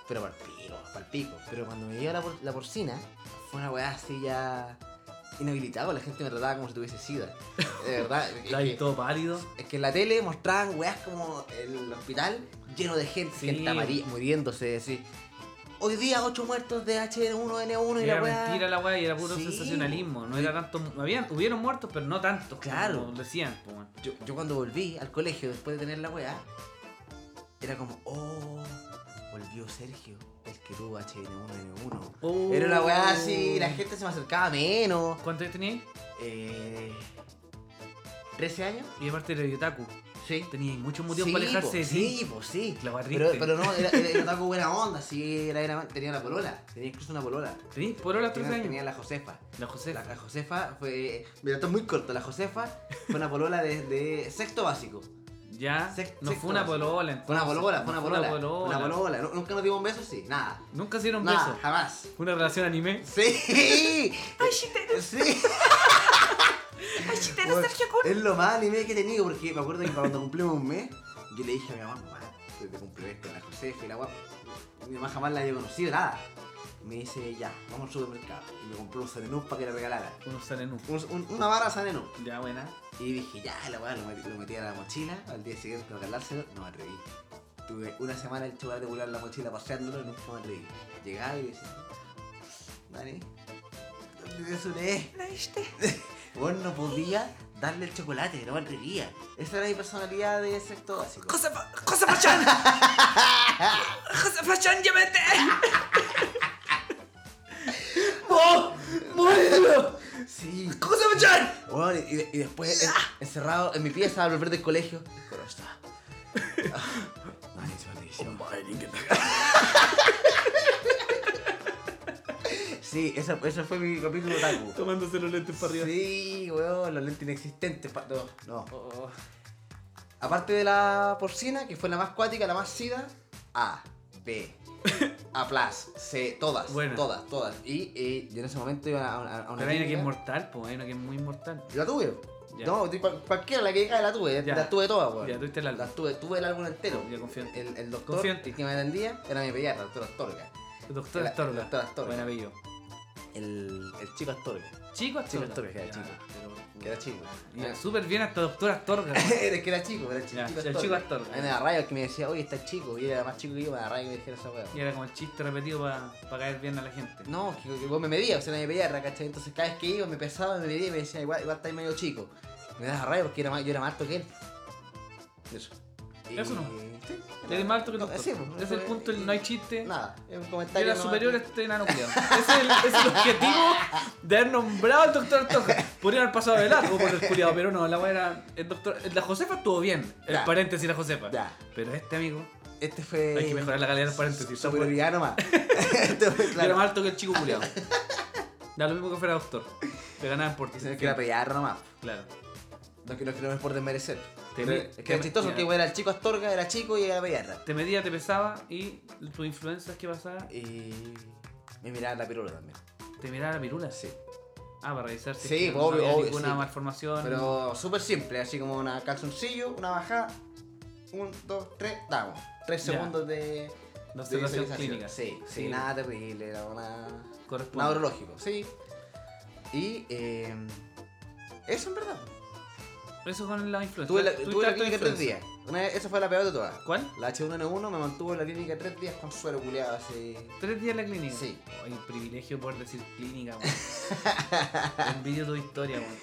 pero para pico, pa'l pico. Pero cuando me llegó la, por- la porcina, fue una weá así ya inhabilitado. La gente me trataba como si tuviese sida. De verdad. es Está ahí que- todo pálido. es que en la tele mostraban weas como el hospital lleno de gente, Sí. gente amarilla, muriéndose, así. Hoy día 8 muertos de H1N1 y Era la wea. mentira la weá y era puro Sí, sensacionalismo. No sí. era tanto. Habían, hubieron muertos, pero no tantos. Claro. Como decían, po, weón. Yo, yo cuando volví al colegio después de tener la wea, era como, oh, volvió Sergio, el que tuvo H1N1. Era una weá así, la gente se me acercaba menos. Oh. ¿Cuántos años tenías? Eh, ¿13 años? Y aparte era Yotaku. Sí. Tenías muchos motivos Sí, para alejarse po, de ti. Sí, pues sí. La weá Pero, triste. pero no, era, era, era otaku buena onda, sí, era, era- tenía la polola, tenía incluso una polola. Tenías por ahora 13 Tenía, años. tenía la Josefa. La José. La, la Josefa fue. Mira, esto es muy corto. La Josefa fue una polola de, de sexto básico. Ya. Sex- No sexto fue una básico. polola. entonces. Fue una polola, No fue una polola. Fue polola. una polola. Nu- Nunca nos dimos un beso, sí, nada. Nunca se dieron Nada, besos. jamás. Fue una relación anime. Sí. Ay, Sí. Bueno, Es lo más anime que he tenido, porque me acuerdo que cuando cumplimos un mes, yo le dije a mi mamá, mamá, te te cumple esto, la Josefa y la guapa. Mi mamá jamás la había conocido, nada. Me dice, ya, vamos al supermercado. Y me compró un Sanenú para que le regalara. Uno sale en un. Un- un- una barra Sanenú. Ya, buena. Y dije, ya, la weá, lo, metí- lo metí a la mochila, al día siguiente regalárselo, no me atreví. Tuve una semana el chocolate volar en la mochila paseándolo y nunca me atreví. Llegaba y decía, Dani, ¿dónde te suré? Vos no podía darle el chocolate, no me atrevía. Esa era mi personalidad de sexto básico. Josefa, Josefa Chan. Josefa Chan, llévete. ¡Oh! ¡Muérdelo! Sí. Josefa Chan. Bueno, y, y después ¡Ah! en- encerrado en mi pieza al volver del colegio. Pero está. Dani, se maldición. Sí, ese, ese fue mi capítulo otaku. Tomándose los lentes para arriba. Sí, weón, los lentes inexistentes. pa- no, no. Oh. Aparte de la porcina, que fue la más cuática, la más sida, A, B, A, plus, C, todas, Bueno. todas, todas. Y eh, yo en ese momento iba a, a- a Pero hay una. una que clínica. es mortal, pues. Hay una que es muy mortal. La tuve. Ya. No, di- cual- cualquiera la que llegara la tuve, Ya. la tuve toda, weón. Ya tuviste el álbum. La tuve, tuve el álbum entero. Ya confío en ti. El, el doctor Confío en ti. que me atendía era mi pediatra, el doctor Astorga. Doctor La- Astorga. Doctor Astorga. Buen apellido. El, el chico Astorga, Chico Astorga. Astorga, era Ya, chico. Eh. pero- que era chico. Ya, Era- Súper bien hasta Doctor Astorga. Era que era chico, era el Ya, chico, el Astorga. chico Astorga. A mí me da raya el que me decía, oye, está chico, y era más chico que yo, me da raya que me dijera esa weá. Y era como el chiste repetido para caer bien a la gente. No, que, que vos me medías, o sea, era mi pediatra, ¿cachai? Entonces cada vez que iba, me pesaba, me medía y me decía, igual, igual estáis medio chico. Me da raya porque era más, yo era más alto que él. Eso. Y- Eso no. Sí, Eres más alto que el No, doctor. sí, pues, es el eh, punto, el y- no hay chiste. Nada, es un Yo comentario. era nomás. superior a este enano culiao. Ese es el, ese es el objetivo de haber nombrado al doctor Astorga. Podría haber pasado de largo por el culiado, pero no, la weá era. El doctor, la Josefa estuvo bien. El Ya. paréntesis, la Josefa. Ya, Pero este amigo, este fue. hay que mejorar la calidad de los paréntesis. está bueno. Superioridad nomás. este Yo fue era claro. más alto que el chico culiado. da lo mismo que fuera doctor. Le ganaban por ti. Dicen que era pediatra nomás. Claro. No que no, que no es por desmerecer. Te- Pero es te- que era chistoso mira. que era el chico Astorga, era chico y era pediatra. Te medía, te pesaba y tus influencias que pasaba Y. Me miraba la pirula también. te miraba la pirula. Sí. Ah, para revisar si Sí, es que no obvio, había obvio, ninguna sí. malformación. Pero súper simple, así como una calzoncillo, una bajada. Un, dos, tres, damos. Tres Ya. segundos de. No de observación visualización. clínica. Sí, sí, nada terrible, era una. Corresponde. Neurológico, sí. Y. eh, eso en verdad. Eso con la influencia. Tuve la, Tuviste tuve la harta clínica tres influencia. días. Una- esa fue la peor de todas. ¿Cuál? La H1N1 me mantuvo en la clínica tres días con suero culeado así. Tres días en la clínica. Sí. Ay, privilegio poder decir clínica, weón. Envidio tu historia, weón.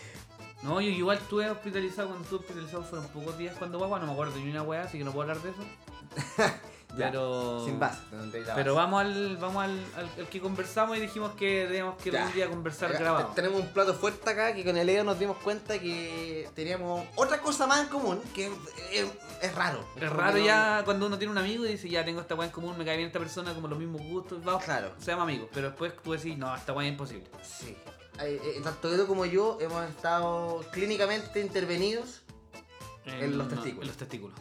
No, yo igual estuve hospitalizado cuando estuve hospitalizado fueron pocos días cuando guagua, no me acuerdo ni una weá, así que no puedo hablar de eso. Ya, pero. Sin base. donde la Oh. Pero base. vamos al, vamos al, al- al que conversamos y dijimos que teníamos que Ya. algún día conversar Acá grabado. te- Tenemos un plato fuerte acá que con el Leo nos dimos cuenta que teníamos otra cosa más en común que es, es- es raro. Es Como raro que no- ya cuando uno tiene un amigo y dice, ya tengo esta weá en común, me cae bien esta persona, como los mismos gustos, vamos, Claro. seamos amigos. Pero después tú decís, no, esta weá es imposible. Sí. eh, eh, tanto Edo como yo hemos estado clínicamente intervenidos. En los no, testículos. En los testículos.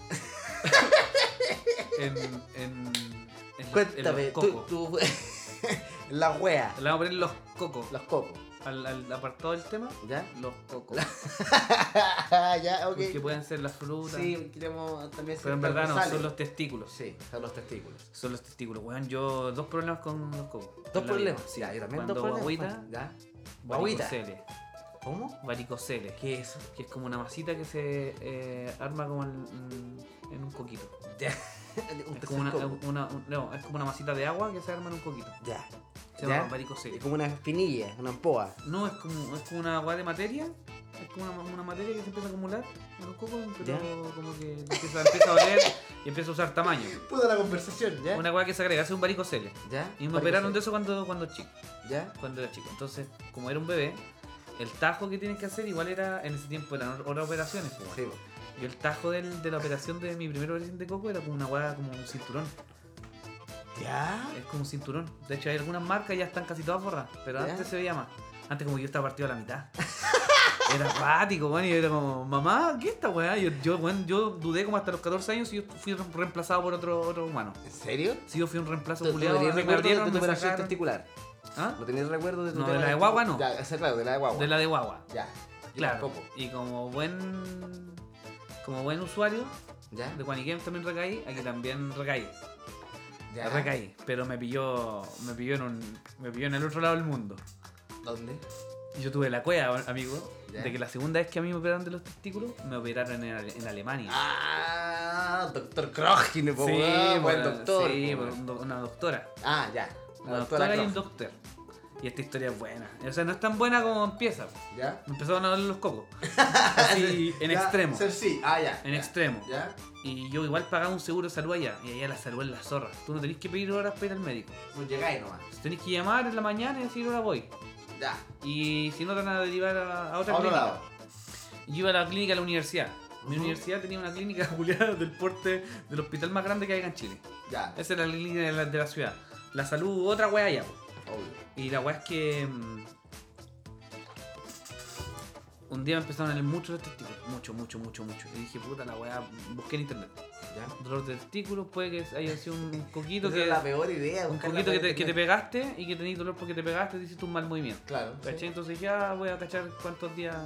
en, en, en- Cuéntame, en los tú, cocos. tú- la wea, Le vamos a poner los cocos. los cocos, Al, al apartado del tema, ¿ya? los cocos. ya, ok. Que pueden ser las frutas. Sí, queremos también pero en ser verdad no, transversales. son los testículos. Sí, son los testículos. Son los testículos, weón. Yo, dos problemas con los cocos. Dos en la problemas, vida. sí, ya, yo también Cuando dos problemas. pues, guaguita- ¿Ya? Guaguita. Varicocele. ¿Cómo? Varicocele. ¿Qué es eso? Que es como una masita que se eh, arma como en, en un coquito. Ya. Un Es tercer como una, eh, coco. una- un- no, es como una masita de agua que se arma en un coquito. Ya. Se ¿Ya? llama Es varicocele. como una espinilla, una ampoa. No, es como, es como una agua de materia. Es como una, una materia que se empieza a acumular en los cocos, pero como que empieza, empieza a oler y empieza a usar tamaño. Puta la conversación, ¿ya? Una agua que se agrega, hace un varicocele. ¿Ya? Y me operaron de eso cuando, cuando chico. ¿Ya? cuando era chico. Entonces, como era un bebé, el tajo que tienes que hacer igual era, en ese tiempo eran otras operaciones. pues, Sí, bueno. Y el tajo del- de la operación de mi primera operación de coco era como una guada, como un cinturón. ¿Ya? Es como un cinturón. De hecho, hay algunas marcas que ya están casi todas borradas, pero Ya. antes se veía más. Antes como yo estaba partido a la mitad. Era apático, weón, y yo era como, mamá, ¿qué es esta weá? Yo, yo, weón, yo dudé como hasta los 14 años y yo fui re- reemplazado por otro, otro humano. ¿En serio? Sí, yo fui un reemplazo ¿Tú, tú culiao, tenías me recuerdo de ardieron, tu me operación este sacaron. testicular? ¿Ah? ¿No tenías recuerdo de tu No, de tema la de testicular? guagua no. Ya, o sea, claro, de la de guagua. De la de guagua. Ya. Yo Claro. tampoco. Y como buen como buen usuario ¿Ya? de Juan también recaí, aquí también recaí. ¿Ya? Recaí, pero me pilló me pilló en un me pilló en el otro lado del mundo. ¿Dónde? Y Yo tuve la cueva, amigo, Ya. de que la segunda vez que a mí me operaron de los testículos, me operaron en, Ale- en Alemania. Ah, doctor Krogine, po, pues, weón, por buen doctor. pues, sí, po, por weón. un do- una doctora. Ah, ya. Una doctora, y un Krogine. doctor. Y esta historia es buena. O sea, no es tan buena como empieza. ¿Ya? Me Empezaron a doler los cocos. Así, en Ya, extremo. ser sí. Ah, ya. En ya. extremo. ¿Ya? Y yo igual pagaba un seguro de salud allá. Y allá la salud es la zorra. Tú no tenés que pedir horas para ir al médico. No Pues llegáis nomás. Tenés que llamar en la mañana y decir ahora voy. Ya. Y si no te van a derivar a, a otra A otro clínica. lado. Yo iba a la clínica de la universidad. Mi Ujú. universidad tenía una clínica culiada del porte del hospital más grande que hay acá en Chile. Ya. Esa era la clínica de la, de la ciudad. La salud, otra wea allá. po. Obvio. Y la wea es que. mm, un día me empezaron a leer mucho los testículos. Mucho, mucho, mucho, mucho. Y dije, puta, la wea, busqué en internet. Ya. dolor de testículos, puede que haya sido un coquito Esa que, es la peor idea. un buscar la coquito que, peor te, que te idea. pegaste y que tenías dolor porque te pegaste y hiciste un mal movimiento. Claro. ¿Cachai? sí. Entonces ya voy a cachar cuántos días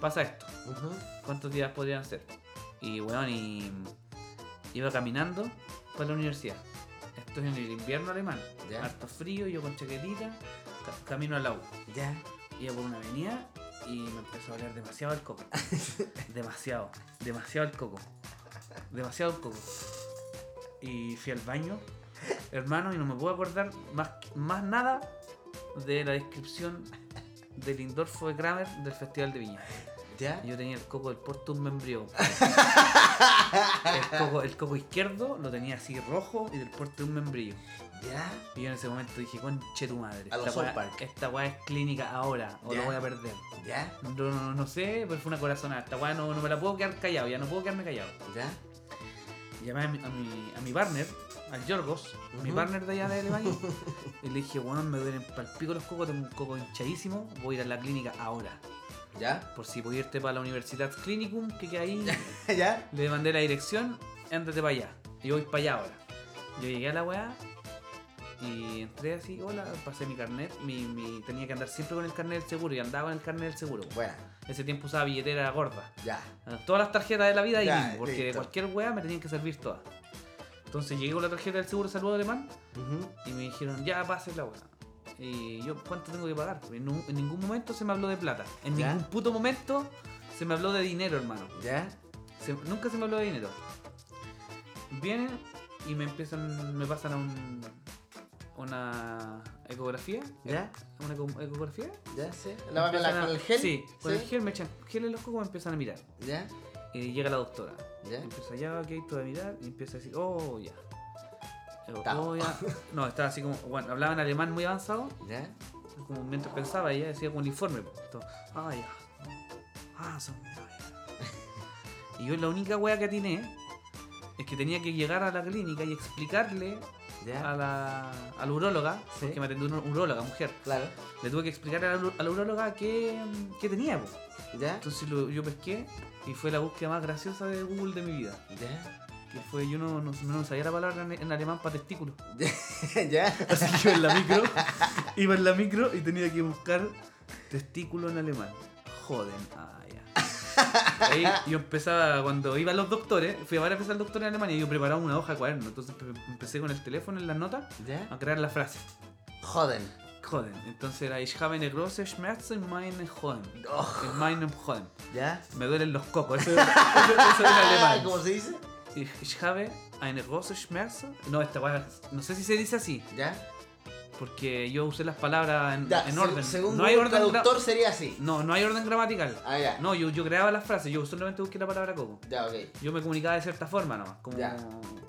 pasa esto, Ujú. cuántos días podrían ser. Y bueno, y iba caminando para la universidad. Esto es en el invierno alemán, Ya. harto frío, yo con chaquetita, ca- camino a la U. Ya. Iba por una avenida y me empezó a oler demasiado el coco. demasiado, demasiado el coco. Demasiado el coco. Y fui al baño, hermano, y no me puedo acordar más, más nada de la descripción del Lindorfo de Kramer del Festival de Viña. Ya. Yo tenía el coco del Portum membrío. El coco, el coco izquierdo lo tenía así rojo y del Portum membrillo. Ya. Y yo en ese momento dije, conche tu madre. A los esta South weá- Park. Esta weá es clínica ahora, o Ya. la voy a perder. Ya. No, no, no sé, pero fue una corazonada. Esta weá no, no me la puedo quedar callado, ya no puedo quedarme callado. Ya. Llamé a mi, a mi, a mi partner, al Yorgos, mi Ujú. partner de allá de Alemania, y le dije, weón, me duelen pal pico los cocos, tengo un coco hinchadísimo, voy a ir a la clínica ahora. Ya. Por si voy a irte para la Universidad Clinicum, que queda ahí, Ya. le mandé la dirección, ándate para allá. Y voy para allá ahora. Yo llegué a la weá y entré así, hola, pasé mi carnet, mi, mi- tenía que andar siempre con el carnet del seguro y andaba con el carnet del seguro. Buena. Ese tiempo usaba billetera gorda. eh, Ya. Todas las tarjetas de la vida ahí Ya, mismo, porque de listo. cualquier weá me tenían que servir todas. Entonces llegué con la tarjeta del seguro de salud alemán Ujú. y me dijeron, ya pase la weá. Y yo, ¿cuánto tengo que pagar? En, nu- en ningún momento se me habló de plata. En Ya. ningún puto momento se me habló de dinero, hermano. Ya. Se- nunca se me habló de dinero. Vienen y me empiezan, me pasan a un, una ecografía. Ya. ¿Una eco- ecografía? Ya sé. La va con Empiezan la- a- con el gel. Sí, con Sí. el gel me echan gel en los cocos y me empiezan a mirar. Ya. Y llega la doctora. Ya. Empieza ya, ok, toda mirar. Y empieza a decir, oh, ya. Yo, Ta. "Oh, ya". No, estaba así como, bueno, hablaba en alemán muy avanzado. Ya. Como mientras pensaba, ella decía como un informe. po. Todo, ah, ya. Ah, son. ah, ya". Y yo la única wea que atiné es que tenía que llegar a la clínica y explicarle Ya. a la, a la uróloga, Sí. porque me atendió una uróloga, mujer. Claro. Le tuve que explicar a la, ur- a la uróloga qué, qué tenía. po. Ya. Entonces lo- yo pesqué y fue la búsqueda más graciosa de Google de mi vida. Ya. Que fue, yo no, no, no sabía la palabra en, en alemán para testículo. ya. Así que iba en la micro, iba en la micro y tenía que buscar testículo en alemán. Joden, ah, ya. Ahí yo empezaba, cuando iba a los doctores, fui a varias veces al doctor en Alemania y yo preparaba una hoja de cuaderno. Entonces empe- empecé con el teléfono en las notas Ya. a crear la frase. Joden. Joden. Entonces era, ich habe eine große Schmerzen in meinen Joden. Oh, En meinem Joden. ya. Ah, Me duelen los cocos. Eso, eso, eso en alemán. ¿Cómo se dice? Ich, ich habe eine große Schmerzen. No, esta weá, no sé si se dice así. Ya. Porque yo usé las palabras en, ya. en se- orden. Según no hay Google orden gra- traductor sería así. No, no hay orden gramatical. Ah, ya. No, yo, yo creaba las frases, yo solamente busqué la palabra coco. Ya, ok. Yo me comunicaba de cierta forma nomás, como, Ya.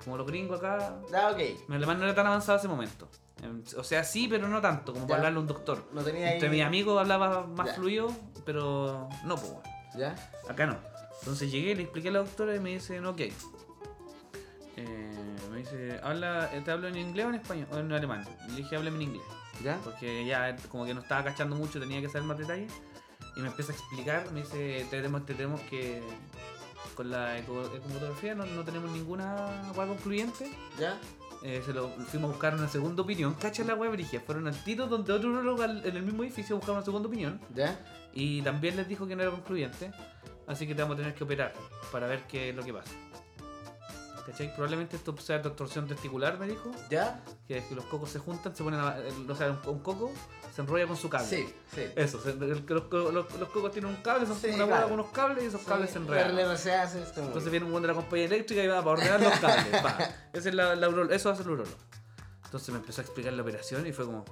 como los gringos acá. Ya, ok. Mi alemán no era tan avanzado ese momento. Em, O sea, sí, pero no tanto, como Ya. para hablarle a un doctor. No tenía ahí. Entre mis amigos hablaba más Ya. fluido, pero no, pues bueno. Ya. Acá no. Entonces llegué, le expliqué a la doctora y me dicen, ok. Eh, me dice, habla, eh, ¿te hablo en inglés o en español? O en alemán. Le dije, háblame en inglés. Ya. Porque ya como que no estaba cachando mucho, tenía que saber más detalles. Y me empieza a explicar, me dice, tenemos, tenemos que... Con la eco- ecografía no, no tenemos ninguna hueá concluyente. Ya. Eh, se lo fuimos a buscar una segunda opinión. Cacha la hueá brigia. Fueron al tiro donde otro urólogo al- en el mismo edificio buscaron una segunda opinión. Ya. Y también les dijo que no era concluyente. Así que te vamos a tener que operar para ver qué es lo que pasa. ¿Cachai? Probablemente esto sea torsión testicular, me dijo. Ya. Que es que los cocos se juntan, se ponen a, el- o sea, un, un coco se enrolla con su cable. Sí, sí. Eso, se- el- los, co- los- los cocos tienen un cable, son Sí, como una bola claro. con unos cables y esos cables se enredan. El RCA hace esto. este, muy Entonces bien. viene un buen de la compañía eléctrica y va para ordenar los cables. pa. Esa es la, la urolo- eso hace el urologo. Entonces me empezó a explicar la operación y fue como.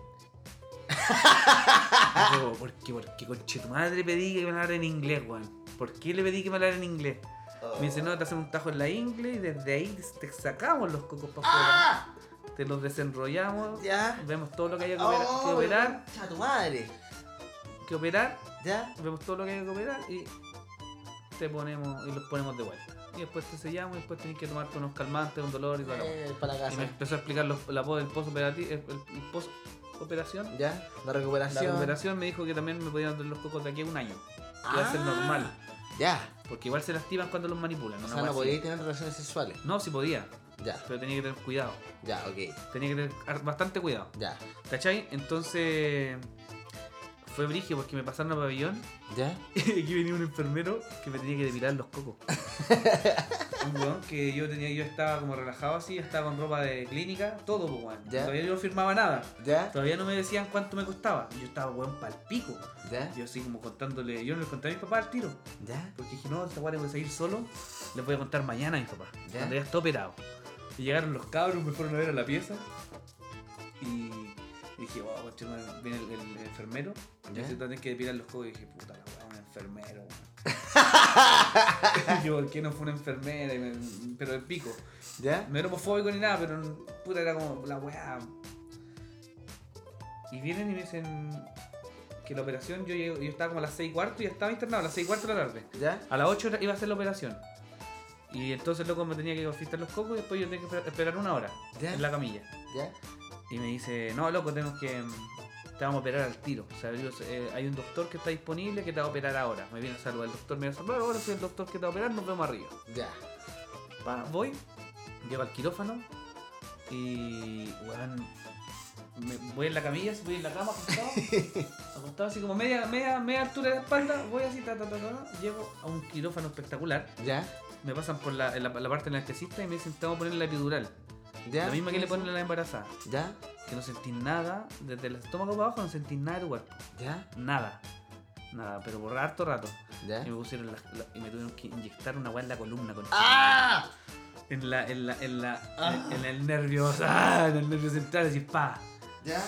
Y fue como, ¿Por qué, por qué conche tu madre pedí que me hablara en inglés, weón? ¿Por qué le pedí que me hablara en inglés? Oh. Me dice, no, te hacemos un tajo en la ingle y desde ahí te sacamos los cocos para afuera. ¡Ah! Te los desenrollamos, Ya. vemos todo lo que haya que, opera- que Oh, operar, ¡A tu madre! que operar, ¿Ya? vemos todo lo que haya que operar y te ponemos y los ponemos de vuelta. Y después te sellamos y después tenés que tomarte unos calmantes, un dolor y todo lo Eh, para la Y me casa. empezó a explicar los, la po- el post el, el post operación. ¿Ya? La La recuperación. recuperación me dijo que también me podían doler los cocos de aquí a un año. Que va a ser Ah, normal. Ya. Porque igual se lastiman cuando los manipulan. O una sea, no wea así. podíais tener relaciones sexuales. no, sí podía, Ya. pero tenía que tener cuidado. Ya, ok. Tenía que tener bastante cuidado. Ya. ¿Cachai? Entonces fue brigio porque me pasaron a pabellón ¿Ya? Y aquí venía un enfermero que me tenía que depilar los cocos. un weón que yo tenía, yo estaba como relajado así, estaba con ropa de clínica, todo, pues, weón. Ya. Todavía yo no firmaba nada. ¿Ya? Todavía no me decían cuánto me costaba. Yo estaba weón pal pico. ¿Ya? Yo así como contándole, yo no le conté a mi papá al tiro. ¿Ya? Porque dije, no, esta weá le voy a salir solo, les voy a contar mañana a mi papá. Ya. Cuando ya está operado. Y llegaron los cabros, me fueron a ver a la pieza. Y dije, wow, coche, madre, viene el, el enfermero. Ya. Y se tienen que depilar los cocos. Y dije, puta la weá, un enfermero, weón. Y yo, ¿por qué no fue una enfermera? Y me- pero el pico. ¿Ya? No era homofóbico ni nada, pero puta era como la weá. Y vienen y me dicen que la operación, yo, llego- yo estaba como a las 6 y cuarto y ya estaba internado a las 6 y cuarto de la tarde. ¿Ya? A las 8 iba a hacer la operación. Y entonces loco me tenía que afistar los cocos y después yo tenía que esper- esperar una hora Ya. en la camilla. ¿Ya? Y me dice, no, loco, tenemos que... mm, Te vamos a operar al tiro. O sea, yo- eh, hay un doctor que está disponible que te va a operar ahora. Me viene a saludar el doctor, me viene a saludar, ahora soy el doctor que te va a operar, nos vemos arriba. ¿Ya? Pa, voy, llego al quirófano y, weón, me- voy en la camilla, voy en la cama acostado, acostado así como media, media, media altura de la espalda, voy así, ta, ta, ta, ta, ta, llego a un quirófano espectacular, ¿Ya? me pasan por la, en la, la parte del anestesista y me dicen, te vamos a poner la epidural, ¿Ya? la misma que le ponen a la embarazada, ¿Ya? que no sentís nada, desde el estómago para abajo no sentís nada de tu cuerpo, ¿Ya? nada, nada, pero por harto rato, ¿Ya? y me pusieron la- la- y me tuvieron que inyectar una weá en la columna con ¡Ah! En la, en la, en la, Ah. en, en el nervio, ah, en el nervio central, así, pa. ¿Ya?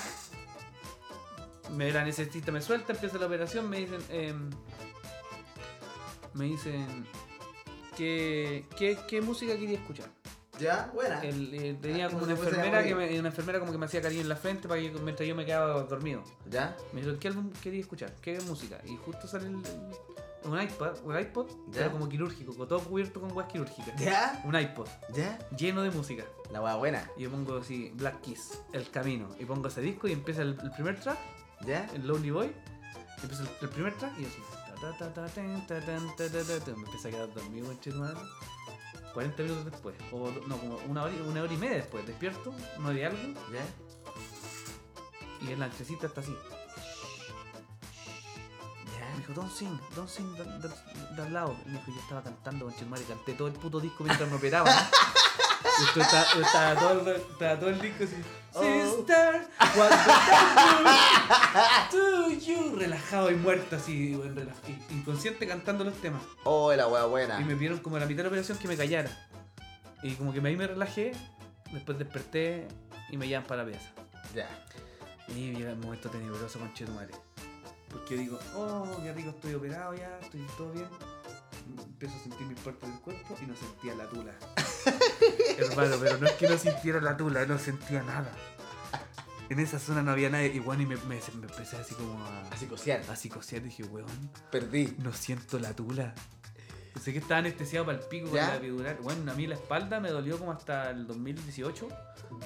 Me, la anestesista me suelta, empieza la operación, me dicen, em, me dicen, ¿qué, qué, qué música quería escuchar? ¿Ya? Buena. El- eh, tenía Ah, como como una si fuese enfermera, que amor. me, una enfermera como que me hacía cariño en la frente para que, mientras yo me quedaba dormido. ¿Ya? Me dijeron, ¿qué álbum quería escuchar? ¿Qué música? Y justo sale el, un iPad, un iPod, Ya. pero como quirúrgico, con todo cubierto con weas quirúrgicas. ¿Ya? Un iPod, ¿Ya? lleno de música. La hueá buena. Y yo pongo así, Black Kiss, El Camino. Y pongo ese disco y empieza el, el primer track, ¿Ya? el Lonely Boy. Y empieza el, el primer track y yo así. ta, ta, ta, ta, ten, ta, tan, ta, ta, ta, ta. Me empieza a quedar dormido, conchetumare. 40 minutos después, o do- no, como una hora, y- una hora y media después, despierto, no había algo, ¿Ya? y la anchecita está así. Me ¿Ya? dijo, don't sing, don't sing that, that- that loud. Y me dijo, yo estaba cantando con Chilmar y canté todo el puto disco mientras me operaban. Y esto estaba, estaba todo, el- estaba todo el disco así. Oh. Sister, what the do you? Relajado y muerto así, weón, relaj- y- inconsciente cantando los temas. Oh, la hueá Y buena. me pidieron como a la mitad de la operación que me callara. Y como que ahí me relajé, después desperté y me llevan para la pieza. Ya. Y llega el momento tenebroso con Chetumare. Porque yo digo, oh, qué rico, estoy operado ya, estoy todo bien. Empiezo a sentir mis partes del cuerpo y no sentía la tula. Hermano, pero no es que no sintiera la tula, no sentía nada. En esa zona no había nadie. Y bueno, y me, me- me empecé así como a, Así cociar. a psicosear. Dije, weón, Perdí. no siento la tula. Sé que estaba anestesiado para el pico con ¿Ya? la epidural. Bueno, a mí la espalda me dolió como hasta el 2018.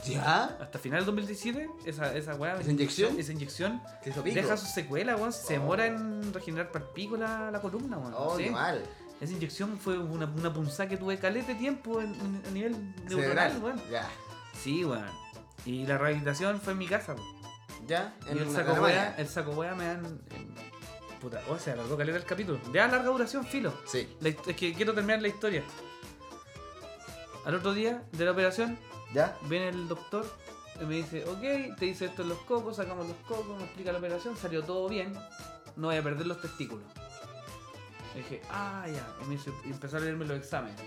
¿Ya? Hasta final del 2017, esa, esa weá. ¿Esa inyección? Esa inyección ¿Qué hizo pico? Deja sus secuelas, weón. Si se Oh. demora en regenerar para el pico la, la columna, weón. Oh, Sí. qué mal. Esa inyección fue una, una punzada que tuve calete tiempo en, en- a nivel neuronal, weón. Cerebral. Ya. Sí, weón. Y la rehabilitación fue en mi casa, weón. Ya. Y el una saco weá, calamaya. el saco weá me dan. en- puta, o sea, alargó caleta el capítulo. De a larga duración, filo. Sí. La hist- es que quiero terminar la historia. Al otro día de la operación, ¿Ya? Viene el doctor y me dice, ok, te hice esto en los cocos, sacamos los cocos, me explica la operación, salió todo bien, no voy a perder los testículos. Y dije, ah, ya. Y me hizo- y empezó a leerme los exámenes.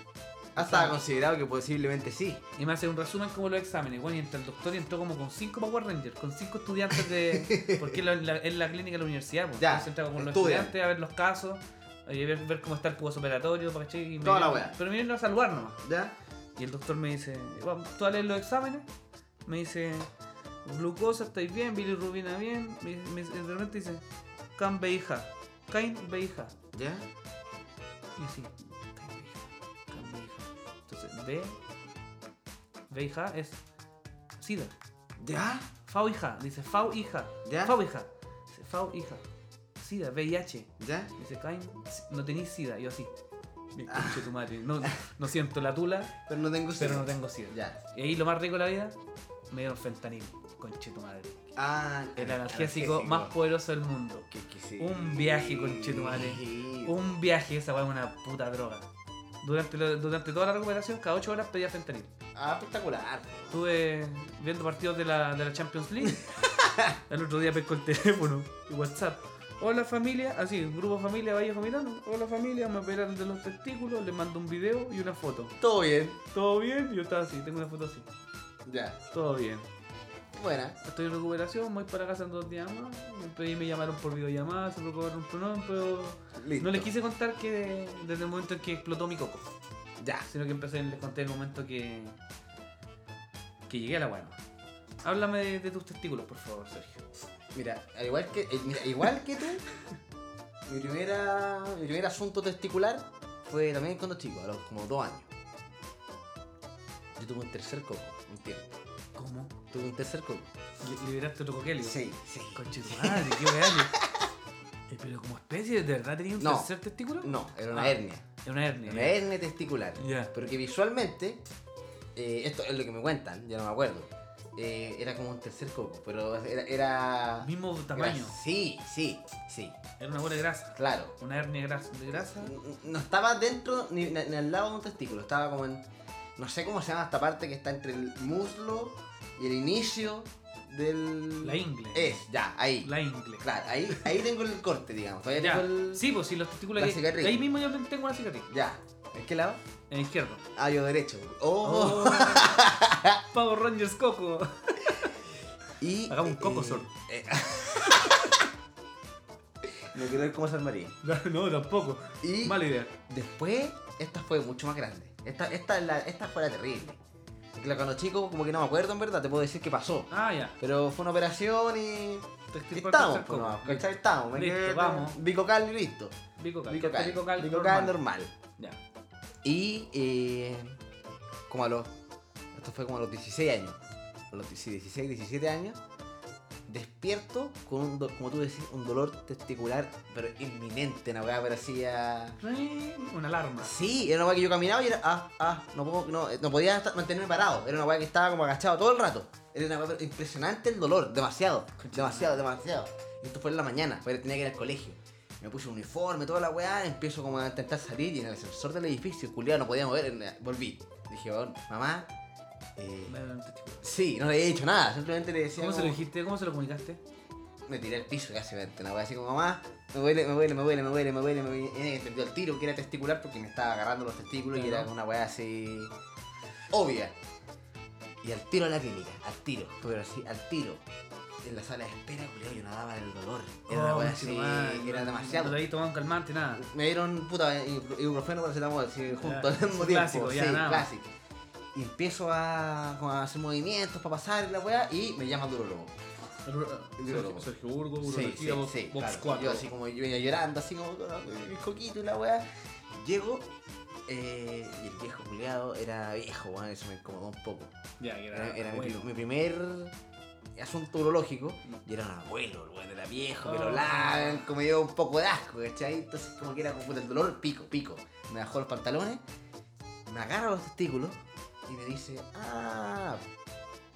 Ah, estaba considerado que posiblemente sí. Y me hace un resumen como los exámenes. Bueno, y entre el doctor y entró como con cinco Power Rangers, con cinco estudiantes de... Porque es la, la- es la clínica de la universidad, pues. Ya, Entonces entra con los estudian. estudiantes a ver los casos, a ver, ver cómo está el postoperatorio, para que Toda la wea. Pero miren, a saludar nomás. ¿Ya? Y el doctor me dice, "Bueno, tú a leer los exámenes, me dice, glucosa estáis bien, bilirrubina bien, me, me- de repente dice, can beija, cain beija. ¿Ya? Y así, cain beija, can beija. Entonces, B, beija es sida. ¿Ya? Fau hija, dice fau hija, ¿Ya? fau hija, dice fau hija, sida, VIH. ¿Ya? Dice, cain, no tenéis sida, yo así. Me escucho tu madre, no, no siento la tula, Pero no tengo pero sida. no tengo sida. Ya. Y ahí lo más rico de la vida, me dieron fentanil, conchetumadre. Ah, El analgésico más poderoso del mundo. Que- que sí. Un viaje, conchetumare. Sí. Un viaje, esa weá es una puta droga. Durante, lo- durante toda la recuperación, cada 8 horas pedía fentanil. Ah, espectacular. Estuve viendo partidos de la, de la Champions League. el otro día pesco el teléfono y WhatsApp. Hola familia, así, grupo familia Vallejo Milano. Hola familia, me operaron de los testículos, les mando un video y una foto. Todo bien. ¿Todo bien? Yo estaba así, tengo una foto así. Ya. Todo bien. Buena. Estoy en recuperación, voy para casa en dos días más. Y me llamaron por videollamada, se preocuparon por no, pero Listo. no les quise contar que desde el momento en que explotó mi coco, Ya. sino que empecé, les conté el momento que que llegué a la buena. Háblame de, de tus testículos, por favor, Sergio. Mira, al igual que, eh, mira, igual que tú, mi, primera, mi primer asunto testicular fue también cuando chico, a los como dos años. Yo tuve un tercer coco, un tiempo. ¿Cómo? Tuve un tercer coco. ¿Liberaste otro coquelio? sí. Conche tu madre, qué real. Pero como especie, ¿de verdad tenías un No. tercer testículo? No, Eh. era una Ah. hernia. Es una hernia. Una hernia testicular. Ya. Pero que visualmente, eh, esto es lo que me cuentan, ya no me acuerdo. eh, era como un tercer coco, pero era. era Mismo tamaño. era- sí, sí, sí, Era una bola de grasa. claro. Una hernia de grasa. De grasa. N- No estaba dentro ni, ni- ni al lado de un testículo, estaba como en. No sé cómo se llama esta parte que está entre el muslo y el inicio del. La ingle. Es, ya, ahí. La ingle. Claro, ahí, ahí tengo el corte, digamos. Todavía Ya. tengo el. Sí, pues sí, los testículos. la ahí- cicatriz. Ahí mismo yo tengo una cicatriz. Ya. ¿En qué lado? En izquierdo. Ah, yo derecho. Oh. Power Rangers Coco. Y. Hagamos un coco eh, solo. eh, no quiero ver cómo se armaría. No, tampoco. Y Mala idea. después, esta fue mucho más grande. Esta, esta, es la- esta fue la terrible. Claro, Cuando chico, como que no me acuerdo en verdad, te puedo decir qué pasó. Ah, ya. Pero fue una operación y. Te y extirpó el Estamos, pues, carcinoma. no, ¿cachai? Estamos. me Listo, quedé- vamos. Bicocal y listo. Bicocal. Bicocal. Bicocal Bicocal normal. normal. Ya. Y. eh, como a los. Esto fue como a los 16 años. A los 16, 17 años. Despierto con un, do- como tú decís, un dolor testicular, pero inminente, una weá parecía. Ring, Una alarma. Sí, era una weá que yo caminaba y era, ah, ah, no, puedo, no, eh, no podía estar- mantenerme parado. Era una weá que estaba como agachado todo el rato. Era una weá pero impresionante el dolor, demasiado, demasiado, demasiado. Y esto fue en la mañana, fue- tenía que ir al colegio. Me puse un uniforme, toda la weá, empiezo como a intentar salir y en el ascensor del edificio, culiado, no podía mover, en la- volví. Dije, weón, mamá, eh, Me- ¿Cómo sí, no le había dicho nada, simplemente le decía se lo como- dijiste? ¿Cómo se lo comunicaste? me tiré al piso casi, una wea así como, mamá, me duele, me duele, me duele, me duele, me duele, me duele. Y ella entendió el tiro que era testicular porque me estaba agarrando los testículos y Claro. era una wea así obvia. Y al tiro a la clínica, al tiro, pero así, al tiro. En la sala de espera, culiao, yo nadaba del dolor. Era una Oh, wea conche tu así, madre, era no- demasiado. No te habéis tomado un calmante, nada. Me dieron puta ibru- ibuprofeno paracetamol así, juntos al mismo tiempo. clásico, ya, sí, nada más. clásico. Y empiezo a, como a hacer movimientos para pasar la wea y me llama el urologo. Urologo. uh, Sergio Burgo, Sí, sí, Urología, Vox sí, Vox claro. 4. Yo así como yo venía llorando, así como con con mis coquitos y la weá. Llego eh, y el viejo culiado era viejo, weón, eso me incomodó un poco. Ya, que Era, era. era mi, bueno. mi primer asunto urológico y era un abuelo, el weón, era viejo, pero blanco, me dio un poco de asco, ¿cachai? Entonces como que era como puta, el dolor, pico, pico. Me bajó los pantalones, me agarra los testículos y me dice, ah,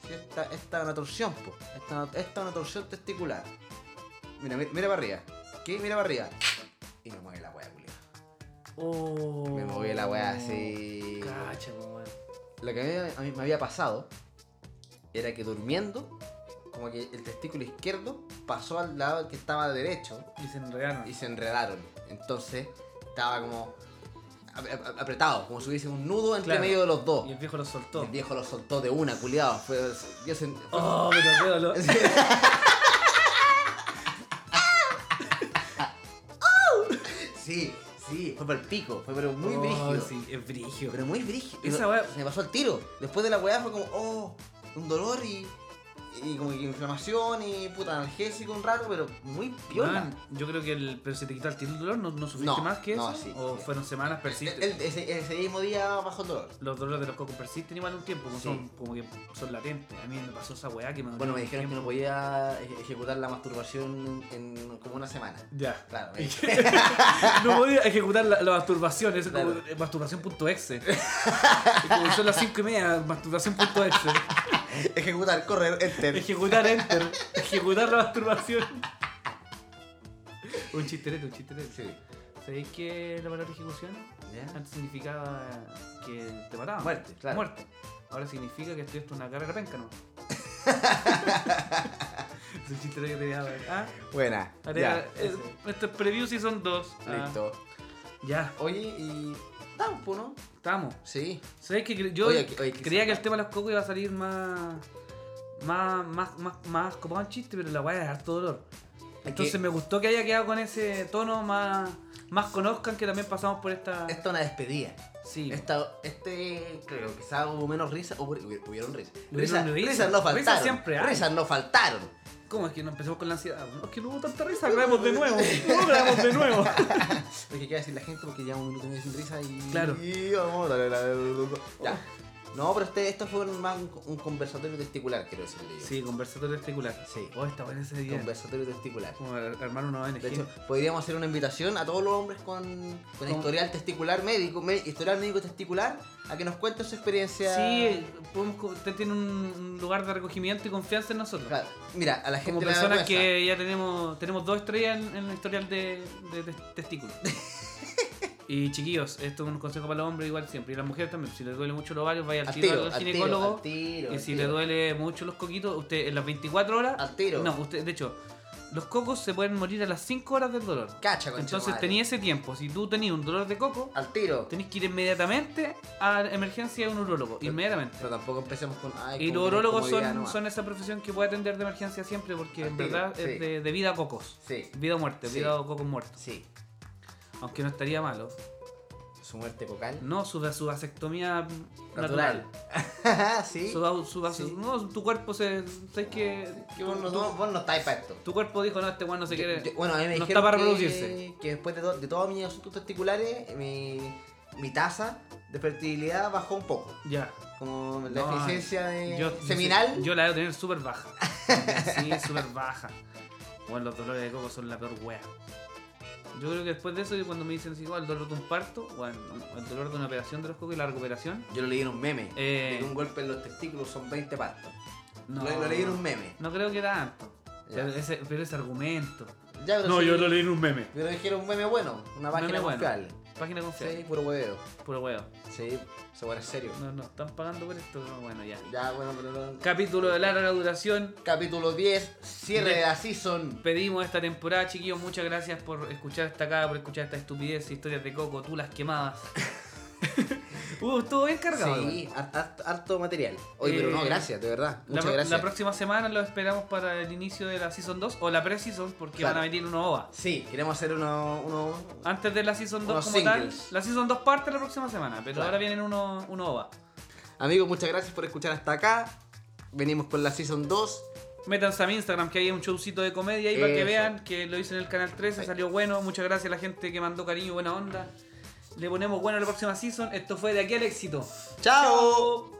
si esta, esta es una torsión, po. Esta, esta es una torsión testicular. Mira, mi- mira para arriba. ¿Qué? Mira para arriba. Y me mueve la weá, culiao. Oh. Me mueve la weá así. Cacha, po, weón. Lo que a mí, a mí me había pasado era que durmiendo, como que el testículo izquierdo pasó al lado que estaba derecho Y se enredaron. y se enredaron. Entonces estaba como ap- ap- apretado, como si hubiese un nudo entre Claro. medio de los dos. Y el viejo lo soltó. El viejo lo soltó de una, culiado. Fue, yo sent- fue- Oh, pero qué dolor. sí, sí, fue por el pico, fue pero muy Oh, brígido. Sí, es brígido. Pero muy brígido. Esa weá- Se me pasó el tiro. Después de la weá fue como, oh, un dolor y. Y como que inflamación y puta analgésico un rato, pero muy piola. Man, yo creo que el. Pero se te quitó el tiro del dolor, ¿no, no sufriste No, más que no, eso? sí, ¿O sí. fueron semanas persistentes? El- ese, ese mismo día bajó el dolor. Los dolores de los cocos persisten igual un tiempo, como, Sí. son, como que son latentes. A mí me pasó esa weá que me dolió Bueno, me un dijeron que no tiempo. podía eje- ejecutar la masturbación en, en como una semana. Ya. Claro, me- no podía ejecutar la, la masturbación, eso es como Claro. eh, masturbación.exe. Es como son las 5 y media, masturbación.exe. ejecutar, correr, enter. Ejecutar enter, ejecutar la masturbación. Un chisterete, un chisterete. Sí. ¿Sabéis que la palabra ejecución ¿Ya? antes significaba que te mataban? Muerte, claro. Muerte. Ahora significa que estudiaste una carrera penca, ¿no? es un chisterete que te dejaba. Ah, Buena. Tarea- ya, eh, ese. Esto es preview season 2. Ah, Listo. ya, Oye, y. Estamos, pues, ¿no? estamos. Sí. ¿Sabes que cre- yo Oye, que- oye, que creía se- que el tema de los cocos iba a salir más. más. más. más, más como un chiste, pero la weá es harto dolor. Entonces que- me gustó que haya quedado con ese tono más. más conozcan que también pasamos por esta. Esta es una despedida. Sí. Esta, este, creo, quizá hubo menos risa, hubo- hubo- hubieron risa. Risa, Hubieron risa. risas no Risa faltaron. siempre hay. Risas no faltaron. ¿Cómo es que no empezamos con la ansiedad? No, es que no hubo tanta risa, grabemos de nuevo. No grabemos de nuevo. Porque queda decir la gente porque llevamos un minuto y medio sin risa y. Claro. y vamos, dale, dale, dale, dale, dale. Ya. No, pero este, esto fue un, más un, un conversatorio testicular, quiero decirle yo. Sí, conversatorio testicular. Sí. Oh, está buena esa idea. Conversatorio testicular. Como ar- armar una ONG. De hecho, podríamos hacer una invitación a todos los hombres con, con Con- historial testicular médico, me- historial médico testicular, a que nos cuenten su experiencia. Sí, podemos, co- usted tiene un un lugar de recogimiento y confianza en nosotros. Claro. Mira, a la gente Como le da personas vergüenza. que ya tenemos tenemos dos estrellas en, en el historial de, de tes- testículos. y chiquillos, esto es un consejo para los hombres igual siempre. Y las mujeres también. Si les duele mucho los ovarios, vaya al Al tiro, tiro, al al tiro, ginecólogo. al tiro, y al si tiro. le duele mucho los coquitos, usted en las 24 horas... Al tiro. No, usted, de hecho, los cocos se pueden morir a las 5 horas del dolor. Cacha, conchetumare. Entonces tenía ese tiempo. Si tú tenías un dolor de coco, Al tiro. tenés que ir inmediatamente a emergencia de un urólogo. Inmediatamente. Pero tampoco empecemos con. ay, Y como los que urólogos incomodidad son, nomás. son esa profesión que puede atender de emergencia siempre porque en Al tiro, verdad sí. es de, de vida a cocos. Sí, Vida o muerte, Sí. vida o cocos muertos. sí. Aunque no estaría malo. su muerte vocal. No, su, su vasectomía natural. Natural. sí. Su, va- su vase- Sí. No, tu cuerpo se. ¿Sabes qué? Que Tu, vos, no, tu- vos- vos no estáis para esto. tu cuerpo dijo, no, este weón no se Yo- quiere. yo- bueno, a mí me no dijeron está para que- reproducirse. Que, después de, todo- de todos mis asuntos testiculares, mi, mi tasa de fertilidad bajó un poco. Ya. Como la No, eficiencia de Yo, Eh, seminal. Yo, la debo tener súper baja. Sí, súper baja. Bueno, los dolores de coco son la peor wea. Yo creo que después de eso, y cuando me dicen así, "Oh, el dolor de un parto, bueno, el dolor de una operación de los cocos y la recuperación. Yo lo leí en un meme. Eh. De que un golpe en los testículos son 20 pastos. No, Lo, lo leí en un meme. no creo que tanto. Ya. Pero ese, pero ese argumento. Ya, pero sí, leí en un meme. Pero dijeron un meme bueno, una Meme página bueno. confiable. Página confiable. Sí, puro hueveo. Puro huevo. Sí, se pone serio. No nos están pagando por esto, pero bueno, ya. Ya, bueno, pero no- Capítulo de larga duración. Capítulo 10, cierre Ya. de la season. Pedimos esta temporada, chiquillos. Muchas gracias por escuchar esta acá, por escuchar esta estupidez, historias de coco, tú las quemadas. uh, estuvo bien cargado. igual. Sí, har- har- harto material. Oye, pero Eh, no, gracias, de verdad. La, Muchas pro- gracias. la próxima semana lo esperamos para el inicio de la Season 2 o la pre-Season porque Claro. van a venir una OVA. Sí, queremos hacer uno. uno... Antes de la Season 2 Unos como singles. tal, la Season 2 parte la próxima semana, pero Claro. ahora vienen uno, uno OVA. Amigos, muchas gracias por escuchar hasta acá. Venimos con la season 2. Métanse a mi Instagram que hay un showcito de comedia ahí para que Eso. vean que lo hice en el canal 13, Ahí. salió bueno. Muchas gracias a la gente que mandó cariño y buena onda. Le ponemos bueno a la próxima season. Esto fue de aquí al éxito. ¡Chao!